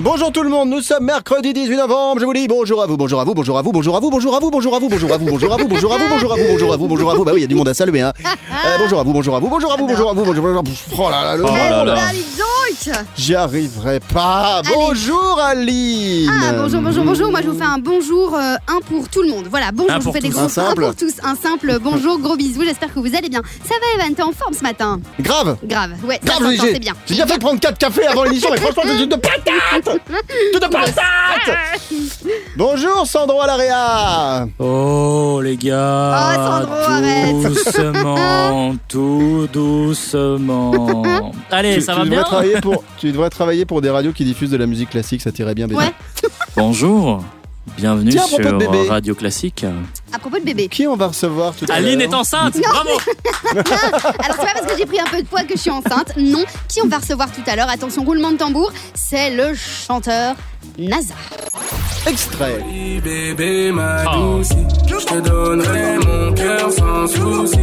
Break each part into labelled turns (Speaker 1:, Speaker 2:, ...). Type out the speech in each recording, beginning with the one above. Speaker 1: Bonjour tout le monde, nous sommes mercredi 18 novembre, je vous dis bonjour à vous, bonjour à vous, bonjour à vous, bonjour à vous, bonjour à vous, bonjour à vous, bonjour à vous, bonjour à vous, bonjour à vous, bonjour à vous, bonjour à vous, bonjour à vous, bah oui, il y a du monde à saluer, hein. Euh, Bonjour à vous, bonjour à vous, bonjour à vous, bonjour à vous, bonjour à vous, oh là là, le monde,
Speaker 2: là là.
Speaker 3: Ah, dis donc
Speaker 1: j'y arriverai pas. Bonjour Aline
Speaker 3: Ah, bonjour, bonjour, bonjour. Moi, je vous fais un bonjour, euh, un pour tout le monde. Voilà, bonjour,
Speaker 2: Un
Speaker 3: je vous
Speaker 2: pour
Speaker 3: fais des
Speaker 1: tous.
Speaker 3: gros
Speaker 1: Un simple.
Speaker 3: un pour tous. Un simple bonjour, gros bisous. J'espère que vous allez bien. Ça va, Evan T'es en forme ce matin
Speaker 1: Grave
Speaker 3: Grave, ouais, ça
Speaker 1: Grave,
Speaker 3: s'entend,
Speaker 1: j'ai
Speaker 3: Bah, c'est bien.
Speaker 1: j'ai bien fait de prendre 4 cafés avant l'émission, mais franchement, c'est une patate Une patate Bonjour Sandro Alaria
Speaker 2: Oh les gars,
Speaker 3: Oh, Sandro, arrête.
Speaker 2: doucement, tout doucement. Allez,
Speaker 1: Tu-
Speaker 2: ça
Speaker 1: tu
Speaker 2: va
Speaker 1: devrais
Speaker 2: bien
Speaker 1: travailler pour- Tu devrais travailler pour des radios qui diffusent de la musique classique, ça t'irait bien, bébé.
Speaker 3: Ouais.
Speaker 2: Bonjour, bienvenue
Speaker 1: Tiens, à propos de
Speaker 2: sur
Speaker 1: bébé.
Speaker 2: Radio Classique.
Speaker 3: À propos de bébé.
Speaker 1: Qui on va recevoir tout à l'heure
Speaker 2: Aline est enceinte, bravo
Speaker 3: Alors, c'est pas parce que j'ai pris un peu de poids que je suis enceinte. Non. Qui on va recevoir tout à l'heure Attention, roulement de tambour. C'est le chanteur NASA.
Speaker 1: Extrait.
Speaker 4: Dis bébé ma douce,
Speaker 5: Ah.
Speaker 4: je te donnerai mon cœur sans souci.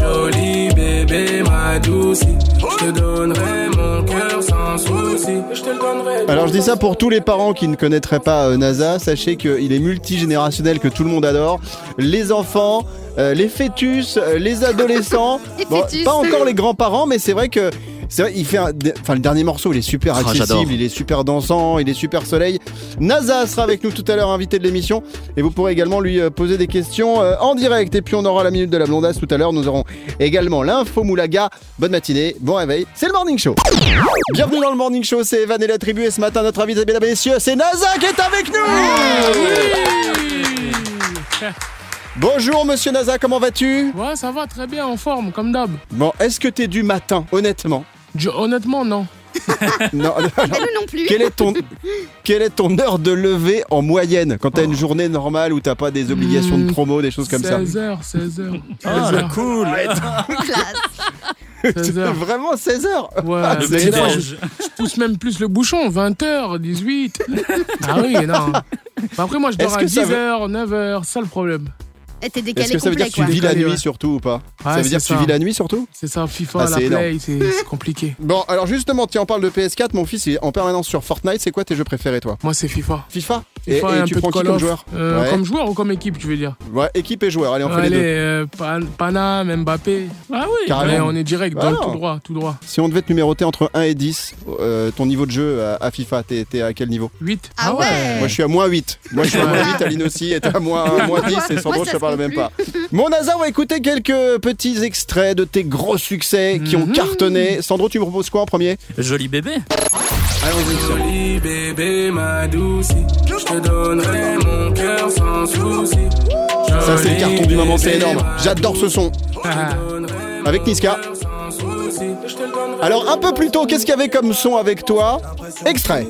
Speaker 4: Joli bébé ma douce, je te donnerai mon cœur sans souci. Je te le donnerai.
Speaker 1: Alors je dis ça pour tous les parents qui ne connaîtraient pas euh, NASA, sachez qu'il est multigénérationnel, que tout le monde adore. Les enfants, euh, les fœtus, euh, les adolescents,
Speaker 3: Les fœtus.
Speaker 1: pas encore les grands-parents, mais c'est vrai que... C'est vrai, il fait un- des- enfin, le dernier morceau, il est super
Speaker 2: Ah, j'adore.
Speaker 1: accessible, il est super dansant, il est super soleil. NASA sera avec nous tout à l'heure, invité de l'émission. Et vous pourrez également lui euh, poser des questions euh, en direct. Et puis on aura la minute de la blondasse tout à l'heure. Nous aurons également l'info moulaga. Bonne matinée, bon réveil. C'est le morning show. Bienvenue dans le Morning Show, c'est Evan et la tribu et ce matin notre invité mesdames et messieurs c'est Naza qui est avec nous Bonjour monsieur Naza, comment vas-tu
Speaker 5: Ouais, ça va très bien, en forme, comme d'hab.
Speaker 1: Bon, est-ce que t'es du matin, honnêtement
Speaker 5: Je- Honnêtement, non.
Speaker 1: Non, alors,
Speaker 3: Elle non plus.
Speaker 1: quelle est, ton, quelle est ton heure de lever en moyenne quand
Speaker 5: Oh.
Speaker 1: t'as une journée normale où t'as pas des obligations
Speaker 5: Hmm.
Speaker 1: de promo, des choses comme ça
Speaker 5: 16h, 16h.
Speaker 2: Ah, la cool
Speaker 3: Classe.
Speaker 5: 16h.
Speaker 1: Vraiment 16 heures
Speaker 5: Ouais,
Speaker 2: Le
Speaker 5: mais
Speaker 2: petit
Speaker 5: des fois, je,
Speaker 2: déj.
Speaker 5: je pousse même plus le bouchon, 20h, 18. Ah oui, non. Bah après, moi, je dors
Speaker 1: Est-ce
Speaker 5: à
Speaker 1: que ça
Speaker 5: 10h, 9h, c'est ça le problème.
Speaker 3: Eh, T'es
Speaker 1: Est-ce
Speaker 3: décalé
Speaker 1: que ça veut
Speaker 3: complet,
Speaker 1: dire que tu
Speaker 3: quoi.
Speaker 1: vis la
Speaker 5: Décalé,
Speaker 1: nuit
Speaker 5: ouais.
Speaker 1: surtout ou pas Ça
Speaker 5: Ouais,
Speaker 1: veut dire que
Speaker 5: c'est
Speaker 1: tu
Speaker 5: ça.
Speaker 1: vis la nuit surtout
Speaker 5: C'est ça, FIFA,
Speaker 1: Ah,
Speaker 5: la
Speaker 1: c'est
Speaker 5: Play, c'est c'est compliqué.
Speaker 1: Bon, alors justement, tiens, on parle de PS4, mon fils il est en permanence sur Fortnite, c'est quoi tes jeux préférés toi
Speaker 5: Moi, c'est FIFA.
Speaker 1: FIFA, Et-
Speaker 5: FIFA
Speaker 1: Et,
Speaker 5: un
Speaker 1: tu
Speaker 5: peu de
Speaker 1: prends qui
Speaker 5: Call
Speaker 1: comme
Speaker 5: of.
Speaker 1: joueur
Speaker 5: Euh,
Speaker 1: Ouais.
Speaker 5: Comme joueur ou comme équipe, tu veux dire
Speaker 1: Ouais, équipe et joueur, allez, on fait les
Speaker 5: Allez,
Speaker 1: deux.
Speaker 5: euh, Pan- Panam, Mbappé.
Speaker 2: Ah oui
Speaker 1: Carrément.
Speaker 5: Allez, on est direct, dans le
Speaker 1: Ah.
Speaker 5: tout droit, tout droit.
Speaker 1: Si on devait te numéroter entre 1 et 10, euh, ton niveau de jeu à, à FIFA, t'es t'es à quel niveau
Speaker 5: 8.
Speaker 3: Ah ouais.
Speaker 1: Moi je suis à moins 8. Moi je suis à
Speaker 5: Ouais.
Speaker 1: moins 8, Aline aussi, et t'es à moins, moins 10, et sans
Speaker 3: Moi,
Speaker 1: doute
Speaker 3: ça
Speaker 1: je te
Speaker 3: se
Speaker 1: parle
Speaker 3: compte
Speaker 1: même
Speaker 3: plus.
Speaker 1: pas. Mon hasard, on va écouter quelques petits extraits de tes gros succès qui ont
Speaker 5: Mhm.
Speaker 1: cartonné. Sandro, tu me proposes quoi en premier
Speaker 2: Joli bébé
Speaker 4: Joli bébé ma douce, je te donnerai mon cœur sans souci.
Speaker 1: Ça, c'est le
Speaker 4: Joli
Speaker 1: carton du moment, c'est
Speaker 4: bébé,
Speaker 1: énorme.
Speaker 4: ma
Speaker 1: J'adore ce son.
Speaker 4: Je te donnerai mon
Speaker 1: Avec Niska.
Speaker 4: cœur sans souci. Je te le donnerai.
Speaker 1: Alors, un peu plus tôt, qu'est-ce qu'il y avait comme son avec toi Extrait.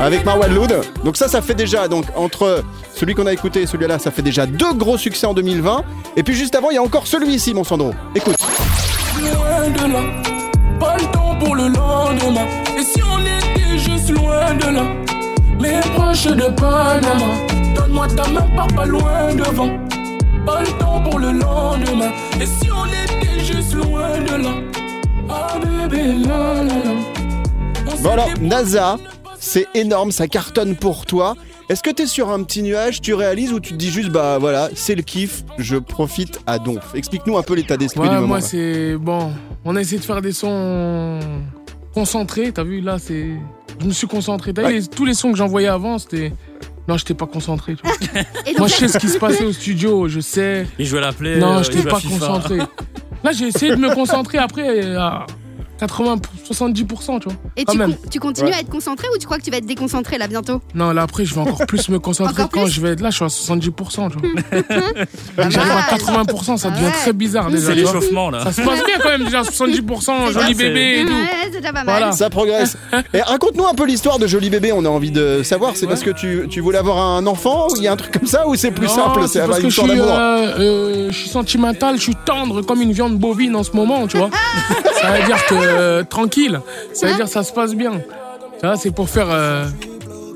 Speaker 1: Avec Marwan Loud. Donc ça, ça fait déjà, donc entre celui qu'on a écouté et celui-là, ça fait déjà deux gros succès en 2020. Et puis juste avant, il y a encore celui-ci, mon Sandro. Écoute.
Speaker 4: loin de là. Pas le temps pour le lendemain. Et si on était juste loin de là, mais proche de Panama. Donne-moi ta main, pars pas loin devant. Pas le temps pour le lendemain. Et si on était juste loin de là, ah bébé, la la la. On
Speaker 1: Bon alors,
Speaker 4: s'était
Speaker 1: NASA, c'est énorme, ça cartonne pour toi. Est-ce que t'es sur un petit nuage, tu réalises ou tu te dis juste, bah voilà, c'est le kiff, je profite à donf Explique-nous un peu l'état d'esprit
Speaker 5: Ouais,
Speaker 1: du moment.
Speaker 5: moi
Speaker 1: là.
Speaker 5: c'est bon. On a essayé de faire des sons concentrés. T'as vu là, c'est. Je me suis concentré. T'as vu
Speaker 1: Ouais.
Speaker 5: les- tous les sons que j'envoyais avant, c'était. Non, j'étais pas concentré. tu vois.
Speaker 3: Et donc,
Speaker 5: moi, je
Speaker 3: ça-
Speaker 5: sais ce qui se passait au studio. Je sais.
Speaker 2: Il jouait à la Play,
Speaker 5: non,
Speaker 2: euh,
Speaker 5: je
Speaker 2: il
Speaker 5: n'étais
Speaker 2: jouait à
Speaker 5: pas
Speaker 2: FIFA.
Speaker 5: concentré. Là, j'ai essayé de me concentrer après. euh, 80, 70%, tu vois.
Speaker 3: Et
Speaker 5: Quand
Speaker 3: tu,
Speaker 5: même.
Speaker 3: con- tu continues
Speaker 1: Ouais.
Speaker 3: à être concentré ou tu crois que tu vas être déconcentré là bientôt
Speaker 5: Non, là après, je vais encore plus me concentrer
Speaker 3: Encore
Speaker 5: quand
Speaker 3: plus
Speaker 5: je vais être là, je suis à 70%, tu vois.
Speaker 3: Pas
Speaker 5: J'arrive
Speaker 3: mal.
Speaker 5: à 80%, ça
Speaker 3: Ah
Speaker 5: devient
Speaker 3: ouais.
Speaker 5: très bizarre déjà.
Speaker 2: C'est
Speaker 5: tu vois.
Speaker 2: l'échauffement là.
Speaker 5: Ça se passe bien quand même, déjà 70%,
Speaker 3: C'est
Speaker 5: joli
Speaker 2: bien,
Speaker 5: bébé et
Speaker 3: Ouais,
Speaker 5: tout.
Speaker 3: c'est déjà pas mal.
Speaker 5: Voilà.
Speaker 1: Ça progresse. Et raconte-nous un peu l'histoire de Joli Bébé, on a envie de savoir. C'est parce que tu, tu voulais avoir un enfant ou Il y a un truc comme ça Ou c'est plus
Speaker 5: Non,
Speaker 1: simple
Speaker 5: c'est parce
Speaker 1: avoir
Speaker 5: que
Speaker 1: une
Speaker 5: je
Speaker 1: histoire
Speaker 5: suis,
Speaker 1: d'amour
Speaker 5: euh, euh, je suis sentimental, je suis tendre comme une viande bovine en ce moment, tu vois. ça veut dire que euh, tranquille, ça veut dire ça se passe bien. Tu vois, c'est pour faire, euh,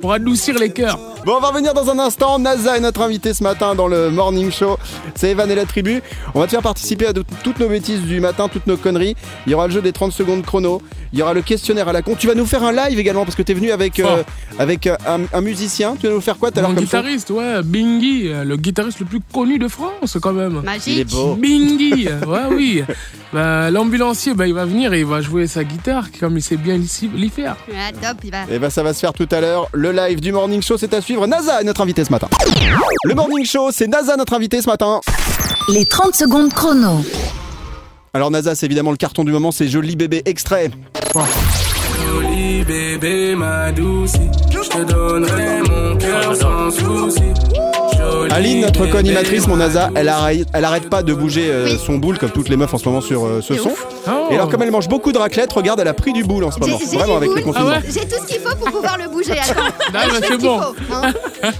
Speaker 5: pour adoucir les cœurs.
Speaker 1: Bon, on va revenir dans un instant. NASA est notre invité ce matin dans le Morning Show. C'est Evan et la tribu. On va te faire participer à de- toutes nos bêtises du matin, toutes nos conneries. Il y aura le jeu des 30 secondes chrono. Il y aura le questionnaire à la con. Tu vas nous faire un live également parce que t'es venu avec, euh,
Speaker 5: Fort.
Speaker 1: avec euh, un, un musicien. Tu vas nous faire quoi tout à l'heure
Speaker 5: Mon
Speaker 1: comme ça
Speaker 5: guitariste, ouais, Bingy, euh, le guitariste le plus connu de France quand même.
Speaker 3: Magique.
Speaker 2: Il est
Speaker 1: Oh.
Speaker 2: beau.
Speaker 5: Bingy, ouais, oui. Bah, L'ambulancier, bah, il va venir et il va jouer sa guitare comme il sait bien l'y l'y faire.
Speaker 3: Ouais, top, il va.
Speaker 1: Et ben ça va se faire tout à l'heure. Le live du Morning Show, c'est à suivre. NASA est notre invité ce matin. Le Morning Show, c'est NASA notre invité ce matin.
Speaker 6: Les 30 secondes chrono.
Speaker 1: Alors NASA, c'est évidemment le carton du moment, c'est Joli Bébé extrait.
Speaker 4: Joli bébé, ma douce, je te donnerai mon cœur sans souci. Joli
Speaker 1: Aline, notre
Speaker 4: bébé,
Speaker 1: co-animatrice, mon
Speaker 4: ma
Speaker 1: NASA, elle
Speaker 4: douce.
Speaker 1: arrête, elle arrête pas de bouger euh,
Speaker 3: Oui.
Speaker 1: son boule comme toutes les meufs en ce moment sur euh, ce
Speaker 3: C'est
Speaker 1: son.
Speaker 3: ouf.
Speaker 5: Oh.
Speaker 1: Et alors comme elle mange beaucoup de raclette, regarde, elle a pris du boule en ce
Speaker 3: J'ai
Speaker 1: moment.
Speaker 3: j'ai
Speaker 1: Vraiment
Speaker 3: du
Speaker 1: avec
Speaker 3: boule.
Speaker 1: les confinements.
Speaker 5: Ah ouais
Speaker 3: J'ai tout ce qu'il faut pour pouvoir le bouger. Attends.
Speaker 5: bah,
Speaker 3: Je fais
Speaker 5: c'est
Speaker 3: ce qu'il
Speaker 5: bon.
Speaker 3: faut, hein.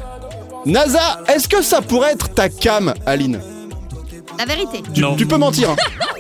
Speaker 1: NASA, est-ce que ça pourrait être ta cam, Aline
Speaker 3: La vérité.
Speaker 1: tu,
Speaker 2: Non.
Speaker 1: tu peux mentir. hein.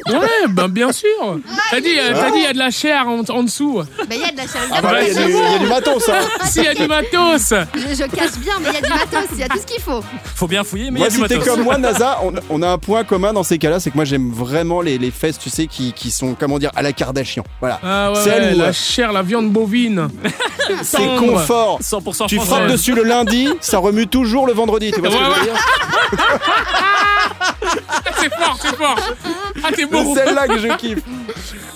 Speaker 5: Ouais, bah, bien sûr. T'as dit, euh, t'as dit, il y a de la chair en, en dessous.
Speaker 3: Bah, il y a de la chaleur.
Speaker 1: Ah bah là, il y, a du- il y a du matos. hein.
Speaker 5: S'il y a du matos.
Speaker 3: Je, je cache bien, mais il y a du matos, il y a tout ce qu'il faut.
Speaker 2: Faut bien fouiller, mais il y
Speaker 1: Moi,
Speaker 2: a du
Speaker 1: si t'es
Speaker 2: matos.
Speaker 1: comme moi, NASA, on, on a un point commun dans ces cas-là, c'est que moi j'aime vraiment les, les fesses, tu sais, qui, qui sont, comment dire, à la Kardashian. Voilà.
Speaker 5: Ah ouais,
Speaker 1: Celle où, euh,
Speaker 5: la chair, la viande bovine.
Speaker 1: C'est
Speaker 5: tendre.
Speaker 1: confort.
Speaker 2: 100%
Speaker 1: Tu
Speaker 2: français.
Speaker 1: frappes
Speaker 5: Ouais.
Speaker 1: dessus le lundi, ça remue toujours le vendredi. Tu vois ce que je veux
Speaker 5: Ouais, ouais.
Speaker 1: dire
Speaker 5: C'est fort, c'est fort. Ah, t'es
Speaker 1: C'est
Speaker 5: beau.
Speaker 1: celle-là que je kiffe.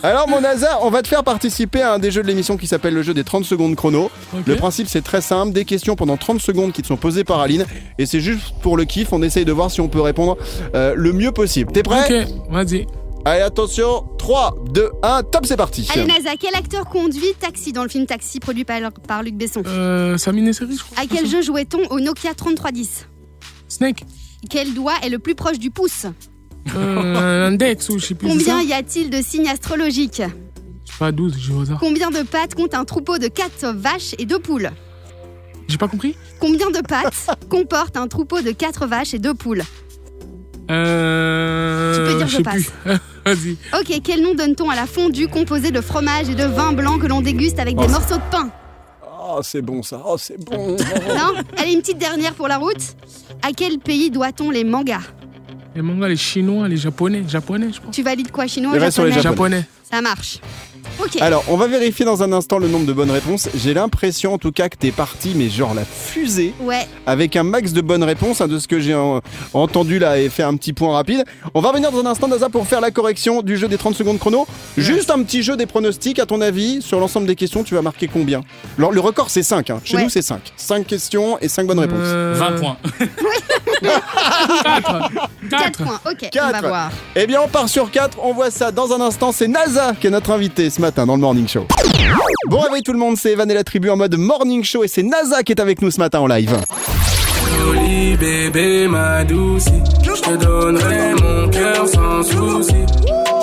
Speaker 1: Alors, mon hasard, on va te faire participer à un des jeux de l'émission qui s'appelle le jeu des 30 secondes chrono.
Speaker 5: Ok.
Speaker 1: Le principe, c'est très simple des questions pendant 30 secondes qui te sont posées par Aline. Et c'est juste pour le kiff. On essaye de voir si on peut répondre euh, le mieux possible. T'es prêt
Speaker 5: Ok, vas-y.
Speaker 1: Allez, attention. 3, 2, 1, top, c'est parti.
Speaker 3: Allez, Naza, quel acteur conduit Taxi dans le film Taxi produit par, par Luc Besson
Speaker 5: Euh, sa mini-série, je crois.
Speaker 3: À quel jeu jouait-on au Nokia 3310
Speaker 5: Snake.
Speaker 3: Quel doigt est le plus proche du pouce
Speaker 5: Euh, index ou je sais plus. c'est
Speaker 3: Combien
Speaker 5: ça
Speaker 3: y a-t-il de signes astrologiques
Speaker 5: Je sais pas, 12, j'ai au hasard.
Speaker 3: Combien de pattes compte un troupeau de 4 vaches et 2 poules
Speaker 5: J'ai pas compris
Speaker 3: Combien de pattes comporte un troupeau de 4 vaches et 2 poules
Speaker 5: Euh.
Speaker 3: Tu peux dire je
Speaker 5: sais
Speaker 3: passe.
Speaker 5: plus. vas-y.
Speaker 3: Ok, quel nom donne-t-on à la fondue composée de fromage et de vin blanc que l'on déguste avec des morceaux de pain
Speaker 1: Oh, c'est bon ça. Oh, c'est bon.
Speaker 3: Non Allez, une petite dernière pour la route. À quel pays doit-on les mangas
Speaker 5: Les mangas, les chinois, les japonais. Japonais, je pense.
Speaker 3: Tu valides quoi, chinois ou
Speaker 1: Les restes sur les
Speaker 3: japonais
Speaker 5: Japonais.
Speaker 3: Ça marche. Ok.
Speaker 1: Alors, on va vérifier dans un instant le nombre de bonnes réponses. J'ai l'impression, en tout cas, que t'es parti, mais genre la fusée.
Speaker 3: Ouais,
Speaker 1: avec un max de bonnes réponses hein, de ce que j'ai en- entendu là et fait un petit point rapide. On va revenir dans un instant, Naza, pour faire la correction du jeu des 30 secondes chrono. Juste un petit jeu des pronostics, à ton avis, sur l'ensemble des questions, tu vas marquer combien Alors, le record, c'est 5. Chez
Speaker 3: Ouais.
Speaker 1: nous, c'est 5. 5 questions et 5 bonnes réponses.
Speaker 5: Euh,
Speaker 2: 20 points.
Speaker 5: 4.
Speaker 3: 4
Speaker 5: 4.
Speaker 3: points. Ok, on va
Speaker 1: Quatre.
Speaker 3: voir.
Speaker 1: Eh bien, on part sur 4, on voit ça dans un instant. C'est NASA qui est notre invité ce matin dans le Morning Show. Bon réveil tout le monde, c'est Evan et la tribu en mode Morning Show et c'est NASA qui est avec nous ce matin en live.
Speaker 4: Joli bébé, ma douce, je te donnerai mon cœur sans souci.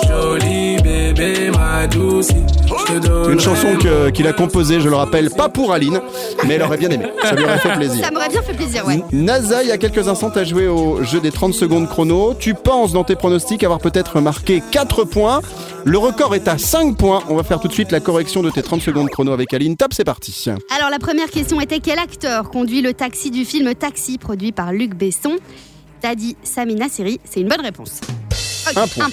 Speaker 4: Joli bébé, ma douce, je te donnerai.
Speaker 1: Une chanson que- qu'il a composée, je le rappelle, pas pour Aline, mais elle aurait bien aimé. Ça lui aurait fait plaisir. Mmh.
Speaker 3: Ça m'aurait bien fait plaisir, ouais.
Speaker 1: N- NASA, il y a quelques instants, t'as joué au jeu des 30 secondes chrono. Tu penses dans tes pronostics avoir peut-être marqué 4 points. Le record est à 5 points. On va faire tout de suite la correction de tes 30 secondes chrono avec Aline. Top, c'est parti.
Speaker 3: Alors, la première question était quel acteur conduit le taxi du film Taxi produit par Luc Besson T'as dit Samina Seri, c'est une bonne réponse. Ok,
Speaker 1: Un point.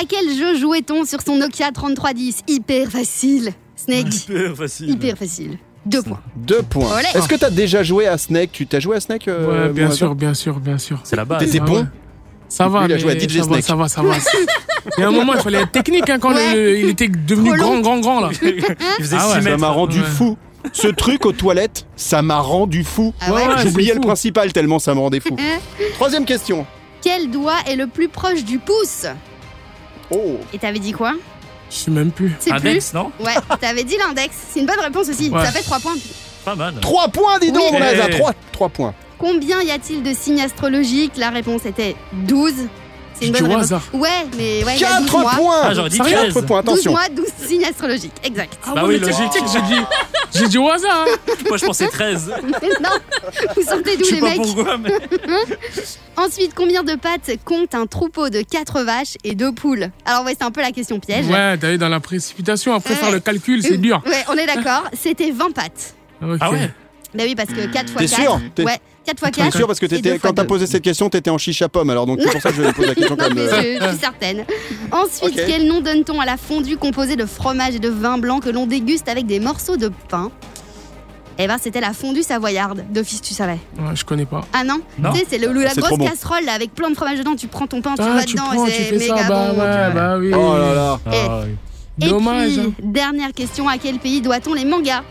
Speaker 3: À quel jeu jouait-on sur son Nokia 3310 Hyper facile. Snake,
Speaker 2: Hyper facile.
Speaker 3: hyper facile. Deux points.
Speaker 1: 2 points.
Speaker 3: Olé.
Speaker 1: Est-ce que t'as déjà joué à Snake Tu t'as joué à Snake euh,
Speaker 5: Ouais, bien
Speaker 1: Mohamed
Speaker 5: sûr, bien sûr, bien sûr.
Speaker 2: C'est la base.
Speaker 1: T'étais
Speaker 5: Ah
Speaker 1: bon
Speaker 5: ouais. Ça va,
Speaker 1: Lui, il a
Speaker 5: mais
Speaker 1: joué à DJ
Speaker 5: ça, va,
Speaker 1: Snake.
Speaker 5: ça va, ça va, Il y a un moment, il fallait être technique hein, quand
Speaker 3: Ouais.
Speaker 5: le- il était devenu
Speaker 3: Trop long.
Speaker 5: grand, grand, grand là.
Speaker 2: Il faisait
Speaker 5: Ah ouais,
Speaker 2: 6
Speaker 5: ça
Speaker 1: Ça
Speaker 2: mètres.
Speaker 1: m'a rendu
Speaker 5: Ouais.
Speaker 1: fou. Ce truc aux toilettes, ça m'a rendu fou.
Speaker 3: Ah ouais
Speaker 5: Ouais, ouais,
Speaker 1: J'oubliais
Speaker 5: c'est
Speaker 1: le
Speaker 5: fou.
Speaker 1: principal tellement ça me rendait fou.
Speaker 3: Hein
Speaker 1: Troisième question.
Speaker 3: Quel doigt est le plus proche du pouce
Speaker 1: Oh,
Speaker 3: Et t'avais dit quoi
Speaker 5: Je sais même plus.
Speaker 3: C'est plus.
Speaker 2: Index, non
Speaker 3: Ouais, t'avais dit l'index. C'est une bonne réponse aussi.
Speaker 5: Ouais.
Speaker 3: Ça fait 3 points.
Speaker 2: Pas mal.
Speaker 1: 3 points, dis donc,
Speaker 2: Oui.
Speaker 1: on a
Speaker 2: Eh.
Speaker 1: 3, 3 points.
Speaker 3: Combien y a-t-il de signes astrologiques La réponse était 12. C'est une
Speaker 5: Tu
Speaker 3: bonne
Speaker 5: vois,
Speaker 3: réponse.
Speaker 5: hasard.
Speaker 3: Ouais, mais ouais, il y a 12
Speaker 1: 4
Speaker 3: mois.
Speaker 1: points
Speaker 2: Ah, j'aurais dit
Speaker 1: Sérieux,
Speaker 2: 13.
Speaker 1: 4 points,
Speaker 3: 12
Speaker 1: attention.
Speaker 3: mois, 12 signes astrologiques, exact.
Speaker 5: Ah
Speaker 2: Bah
Speaker 5: ouais,
Speaker 2: oui,
Speaker 5: mais tu-
Speaker 2: logique.
Speaker 5: tu sais que J'ai dit, j'ai dit au hasard. hein.
Speaker 2: Moi, je pensais 13.
Speaker 3: non, vous sentez
Speaker 2: Je
Speaker 3: d'où
Speaker 2: sais
Speaker 3: les
Speaker 2: pas
Speaker 3: mecs
Speaker 2: pourquoi, mais.
Speaker 3: Ensuite, combien de pattes compte un troupeau de 4 vaches et 2 poules Alors ouais, c'est un peu la question piège.
Speaker 5: Ouais, t'as eu dans la précipitation. Après
Speaker 3: Ouais.
Speaker 5: faire le calcul, c'est dur.
Speaker 3: Ouais, on est d'accord, c'était 20 pattes.
Speaker 5: Ok.
Speaker 2: Ah ouais
Speaker 3: Bah oui, parce que 4 fois
Speaker 1: T'es
Speaker 3: 4.
Speaker 1: sûr T'es
Speaker 3: Ouais, 4 fois
Speaker 1: t'es
Speaker 3: 4.
Speaker 1: sûr parce que
Speaker 3: et deux
Speaker 1: t'étais,
Speaker 3: fois
Speaker 1: quand t'as
Speaker 3: deux.
Speaker 1: posé cette question, t'étais en chicha pomme, alors donc c'est pour ça que je vais poser la question
Speaker 3: Non,
Speaker 1: quand même.
Speaker 3: mais
Speaker 1: euh,
Speaker 3: je, je suis certaine. Ensuite,
Speaker 1: Ok.
Speaker 3: quel nom donne-t-on à la fondue composée de fromage et de vin blanc que l'on déguste avec des morceaux de pain Eh ben, c'était la fondue savoyarde. D'office, tu savais.
Speaker 5: Ouais, Je connais pas.
Speaker 3: Ah non,
Speaker 2: Non.
Speaker 3: Tu sais, c'est le- la
Speaker 1: C'est
Speaker 3: grosse
Speaker 1: trop bon.
Speaker 3: casserole là, avec plein de fromage dedans. Tu prends ton pain, tu
Speaker 5: Ah,
Speaker 3: vas
Speaker 5: tu
Speaker 3: dedans
Speaker 5: prends,
Speaker 3: et
Speaker 5: tu
Speaker 3: c'est
Speaker 5: fais ça.
Speaker 3: méga
Speaker 5: Bah
Speaker 3: bon.
Speaker 5: ouais, bah oui.
Speaker 1: Oh là là
Speaker 3: Mmh.
Speaker 2: Ah, oui.
Speaker 3: Et
Speaker 5: Dommage.
Speaker 3: puis,
Speaker 5: hein.
Speaker 3: dernière question, à quel pays doit-on les mangas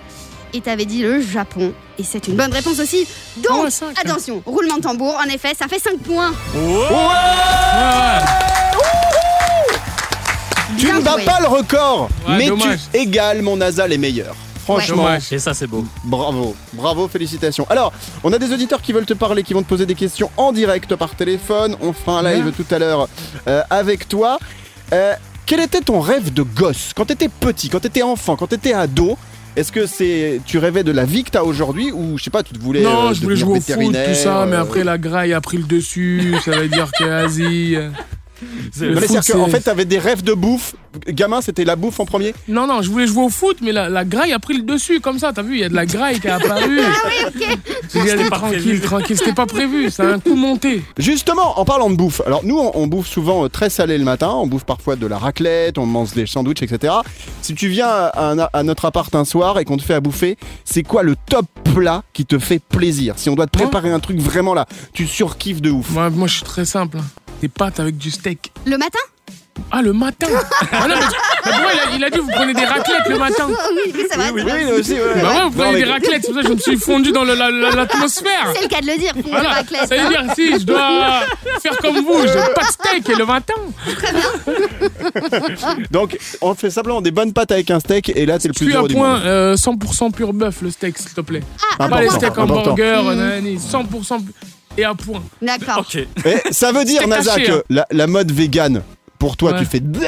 Speaker 3: Et t'avais dit le Japon. Et c'est une bonne réponse aussi.
Speaker 5: Ah
Speaker 3: Donc,
Speaker 5: ouais, cinq, hein.
Speaker 3: attention, roulement de tambour, en effet, ça fait 5 points.
Speaker 5: Ouais,
Speaker 1: Tu
Speaker 3: Bien
Speaker 1: ne bats
Speaker 3: joué.
Speaker 1: pas le record,
Speaker 5: Ouais,
Speaker 1: mais
Speaker 5: dommage.
Speaker 1: tu égales mon NASA les meilleurs. Franchement,
Speaker 5: dommage.
Speaker 2: Ah, Et ça, c'est beau.
Speaker 1: bravo, bravo, félicitations. Alors, on a des auditeurs qui veulent te parler, qui vont te poser des questions en direct par téléphone. On fera un live
Speaker 5: Ouais.
Speaker 1: tout à l'heure euh, avec toi. Euh, quel était ton rêve de gosse quand t'étais petit, quand t'étais enfant, quand t'étais ado Est-ce que c'est tu rêvais de la vie que t'as aujourd'hui ou je sais pas, tu voulais
Speaker 5: Non,
Speaker 1: euh,
Speaker 5: je voulais
Speaker 1: devenir
Speaker 5: jouer au foot,
Speaker 1: vétérinaire,
Speaker 5: tout ça, mais
Speaker 1: euh,
Speaker 5: après la graille a pris le dessus. Ça veut dire que, vas-y. euh,
Speaker 2: C'est-
Speaker 5: Le
Speaker 1: Non, mais
Speaker 5: foot,
Speaker 1: c'est-à-dire que, en
Speaker 5: c'est-
Speaker 1: fait, t'avais des rêves de bouffe. Gamin, c'était la bouffe en premier.
Speaker 5: Non, non, je voulais jouer au foot, mais la, la graille a pris le dessus, comme ça, t'as vu, il y a de la graille qui est apparue. ah oui, ok. J'ai dit, allez,
Speaker 2: pas
Speaker 5: tranquille,
Speaker 2: prévu.
Speaker 5: tranquille, c'était pas prévu, ça a un coup monté.
Speaker 1: Justement, en parlant de bouffe, alors nous on, on bouffe souvent euh, très salé le matin, on bouffe parfois de la raclette, on mange des sandwichs, etc. Si tu viens à, un- à notre appart un soir et qu'on te fait à bouffer, c'est quoi le top plat qui te fait plaisir Si on doit te
Speaker 5: Moi
Speaker 1: préparer un truc vraiment là, tu surkiffes de ouf.
Speaker 5: Moi, moi, je suis très simple. hein. Des pâtes avec du steak.
Speaker 3: Le matin
Speaker 5: Ah, le matin Ah non, mais, mais pourquoi il a, il a dit, vous prenez des raclettes le matin
Speaker 3: Oh Oui, mais ça va. ça va.
Speaker 1: aussi, ouais.
Speaker 5: Bah ouais, vous
Speaker 1: Non,
Speaker 5: prenez
Speaker 1: mais-
Speaker 5: des raclettes, c'est pour ça que je me suis fondu dans le- la- la- l'atmosphère.
Speaker 3: C'est le cas de le dire, fondue
Speaker 5: Voilà,
Speaker 3: raclette,
Speaker 5: ça veut
Speaker 3: hein.
Speaker 5: dire, si, je dois faire comme vous, je dois pas de steak et le matin.
Speaker 1: Donc on fait simplement des bonnes pâtes avec un steak et là c'est le plus
Speaker 5: Puis à
Speaker 1: heureux du
Speaker 5: point,
Speaker 1: monde.
Speaker 5: euh, 100% pur bœuf, le steak, s'il te plaît.
Speaker 3: Ah,
Speaker 5: Pas les
Speaker 1: Important,
Speaker 5: steaks en
Speaker 1: important.
Speaker 5: burger,
Speaker 3: Mmh.
Speaker 5: nanani, 100% pu- et à point.
Speaker 3: D'accord.
Speaker 5: Oh,
Speaker 2: Ok.
Speaker 1: Et ça veut dire
Speaker 5: Steak
Speaker 1: Naza
Speaker 5: haché,
Speaker 1: que
Speaker 5: hein.
Speaker 1: la, la mode végane, pour toi
Speaker 5: Ouais.
Speaker 1: tu fais.
Speaker 2: Bah,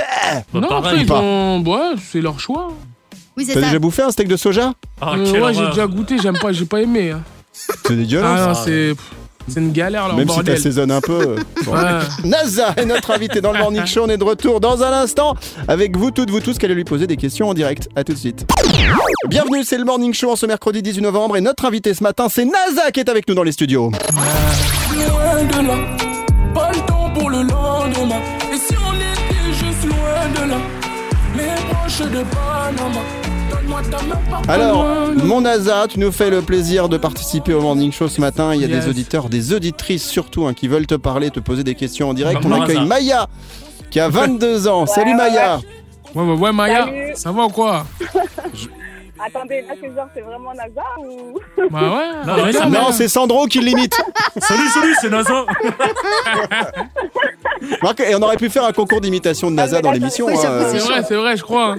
Speaker 5: non, après,
Speaker 2: pareil.
Speaker 5: ils
Speaker 1: pas.
Speaker 5: ont. Ouais, c'est leur choix.
Speaker 3: Oui, c'est
Speaker 1: T'as
Speaker 3: ça.
Speaker 1: déjà bouffé un steak de soja
Speaker 2: Ah,
Speaker 5: Euh,
Speaker 2: quelle
Speaker 5: ouais, j'ai
Speaker 2: horreur.
Speaker 5: déjà goûté, j'aime pas, j'ai pas aimé. hein.
Speaker 1: C'est dégueulasse.
Speaker 5: Ah non,
Speaker 2: ça,
Speaker 5: c'est. pff, C'est une galère, leur
Speaker 1: Même si
Speaker 5: bordel.
Speaker 1: t'assaisonnes un peu. euh, bon.
Speaker 5: Ouais.
Speaker 1: NASA est notre invité dans le Morning Show. On est de retour dans un instant avec vous toutes, vous tous, qui allez lui poser des questions en direct. À tout de suite. Bienvenue, c'est le Morning Show en ce mercredi 18 novembre et notre invité ce matin, c'est NASA qui est avec nous dans les studios.
Speaker 4: loin de là. Pas le temps pour le lendemain. Et si on était juste loin de là, mes proches de Panama. Donne-moi ta main par
Speaker 1: Alors,
Speaker 5: Hello.
Speaker 1: mon NASA, tu nous fais le plaisir de participer au Morning Show ce matin. Il y a
Speaker 5: Yes.
Speaker 1: des auditeurs, des auditrices surtout, hein, qui veulent te parler, te poser des questions en direct.
Speaker 2: Comme
Speaker 1: On
Speaker 2: par
Speaker 1: accueille
Speaker 2: hasard.
Speaker 1: Maya qui a 22 ans. Salut Maya.
Speaker 5: Ouais, ouais, ouais, Maya,
Speaker 7: Salut.
Speaker 5: ça va ou quoi
Speaker 7: Attendez, là, c'est genre, c'est vraiment un hasard ou
Speaker 5: Bah ouais.
Speaker 2: Non, mais
Speaker 5: ça,
Speaker 2: non,
Speaker 5: Maya.
Speaker 1: Non, c'est Sandro qui l'imite.
Speaker 2: Salut, salut, c'est NASA.
Speaker 1: Marc, Et on aurait pu faire un concours d'imitation de NASA dans l'émission.
Speaker 3: Ah, Oui, j'avoue,
Speaker 1: hein.
Speaker 5: C'est vrai, c'est vrai, je crois. hein.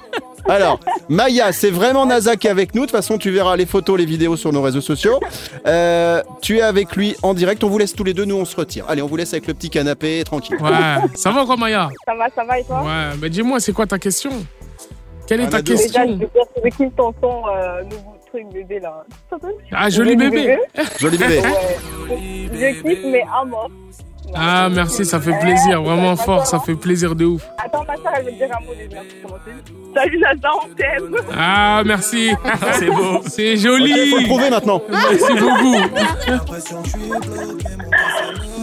Speaker 1: Alors, Maya, c'est vraiment NASA qui est avec nous. De toute façon, tu verras les photos, les vidéos sur nos réseaux sociaux. Euh, tu es avec lui en direct. On vous laisse tous les deux. Nous, on se retire. Allez, on vous laisse avec le petit canapé, tranquille.
Speaker 5: Ouais. Ça va ou quoi, Maya
Speaker 7: ça va, ça va et toi
Speaker 5: Ouais, bah dis-moi, c'est quoi ta question Quelle est
Speaker 1: On a
Speaker 5: ta
Speaker 1: deux.
Speaker 7: Déjà, je
Speaker 5: question
Speaker 7: veux dire, c'est qui le tonton, euh, nouveau truc bébé là
Speaker 5: Ah, joli bébé. Hein?
Speaker 1: Joli bébé.
Speaker 7: Ouais. Je kiffe, mais à mort.
Speaker 5: Ah, merci, ça fait plaisir, vraiment fort, ça fait plaisir de ouf.
Speaker 7: Attends, ma soeur, elle veut te dire un mot déjà pour commencer. Salut Nasa, on t'aime.
Speaker 5: Ah, merci.
Speaker 2: C'est beau.
Speaker 5: C'est
Speaker 1: Il faut le
Speaker 5: joli.
Speaker 1: prouver maintenant.
Speaker 5: Merci beaucoup.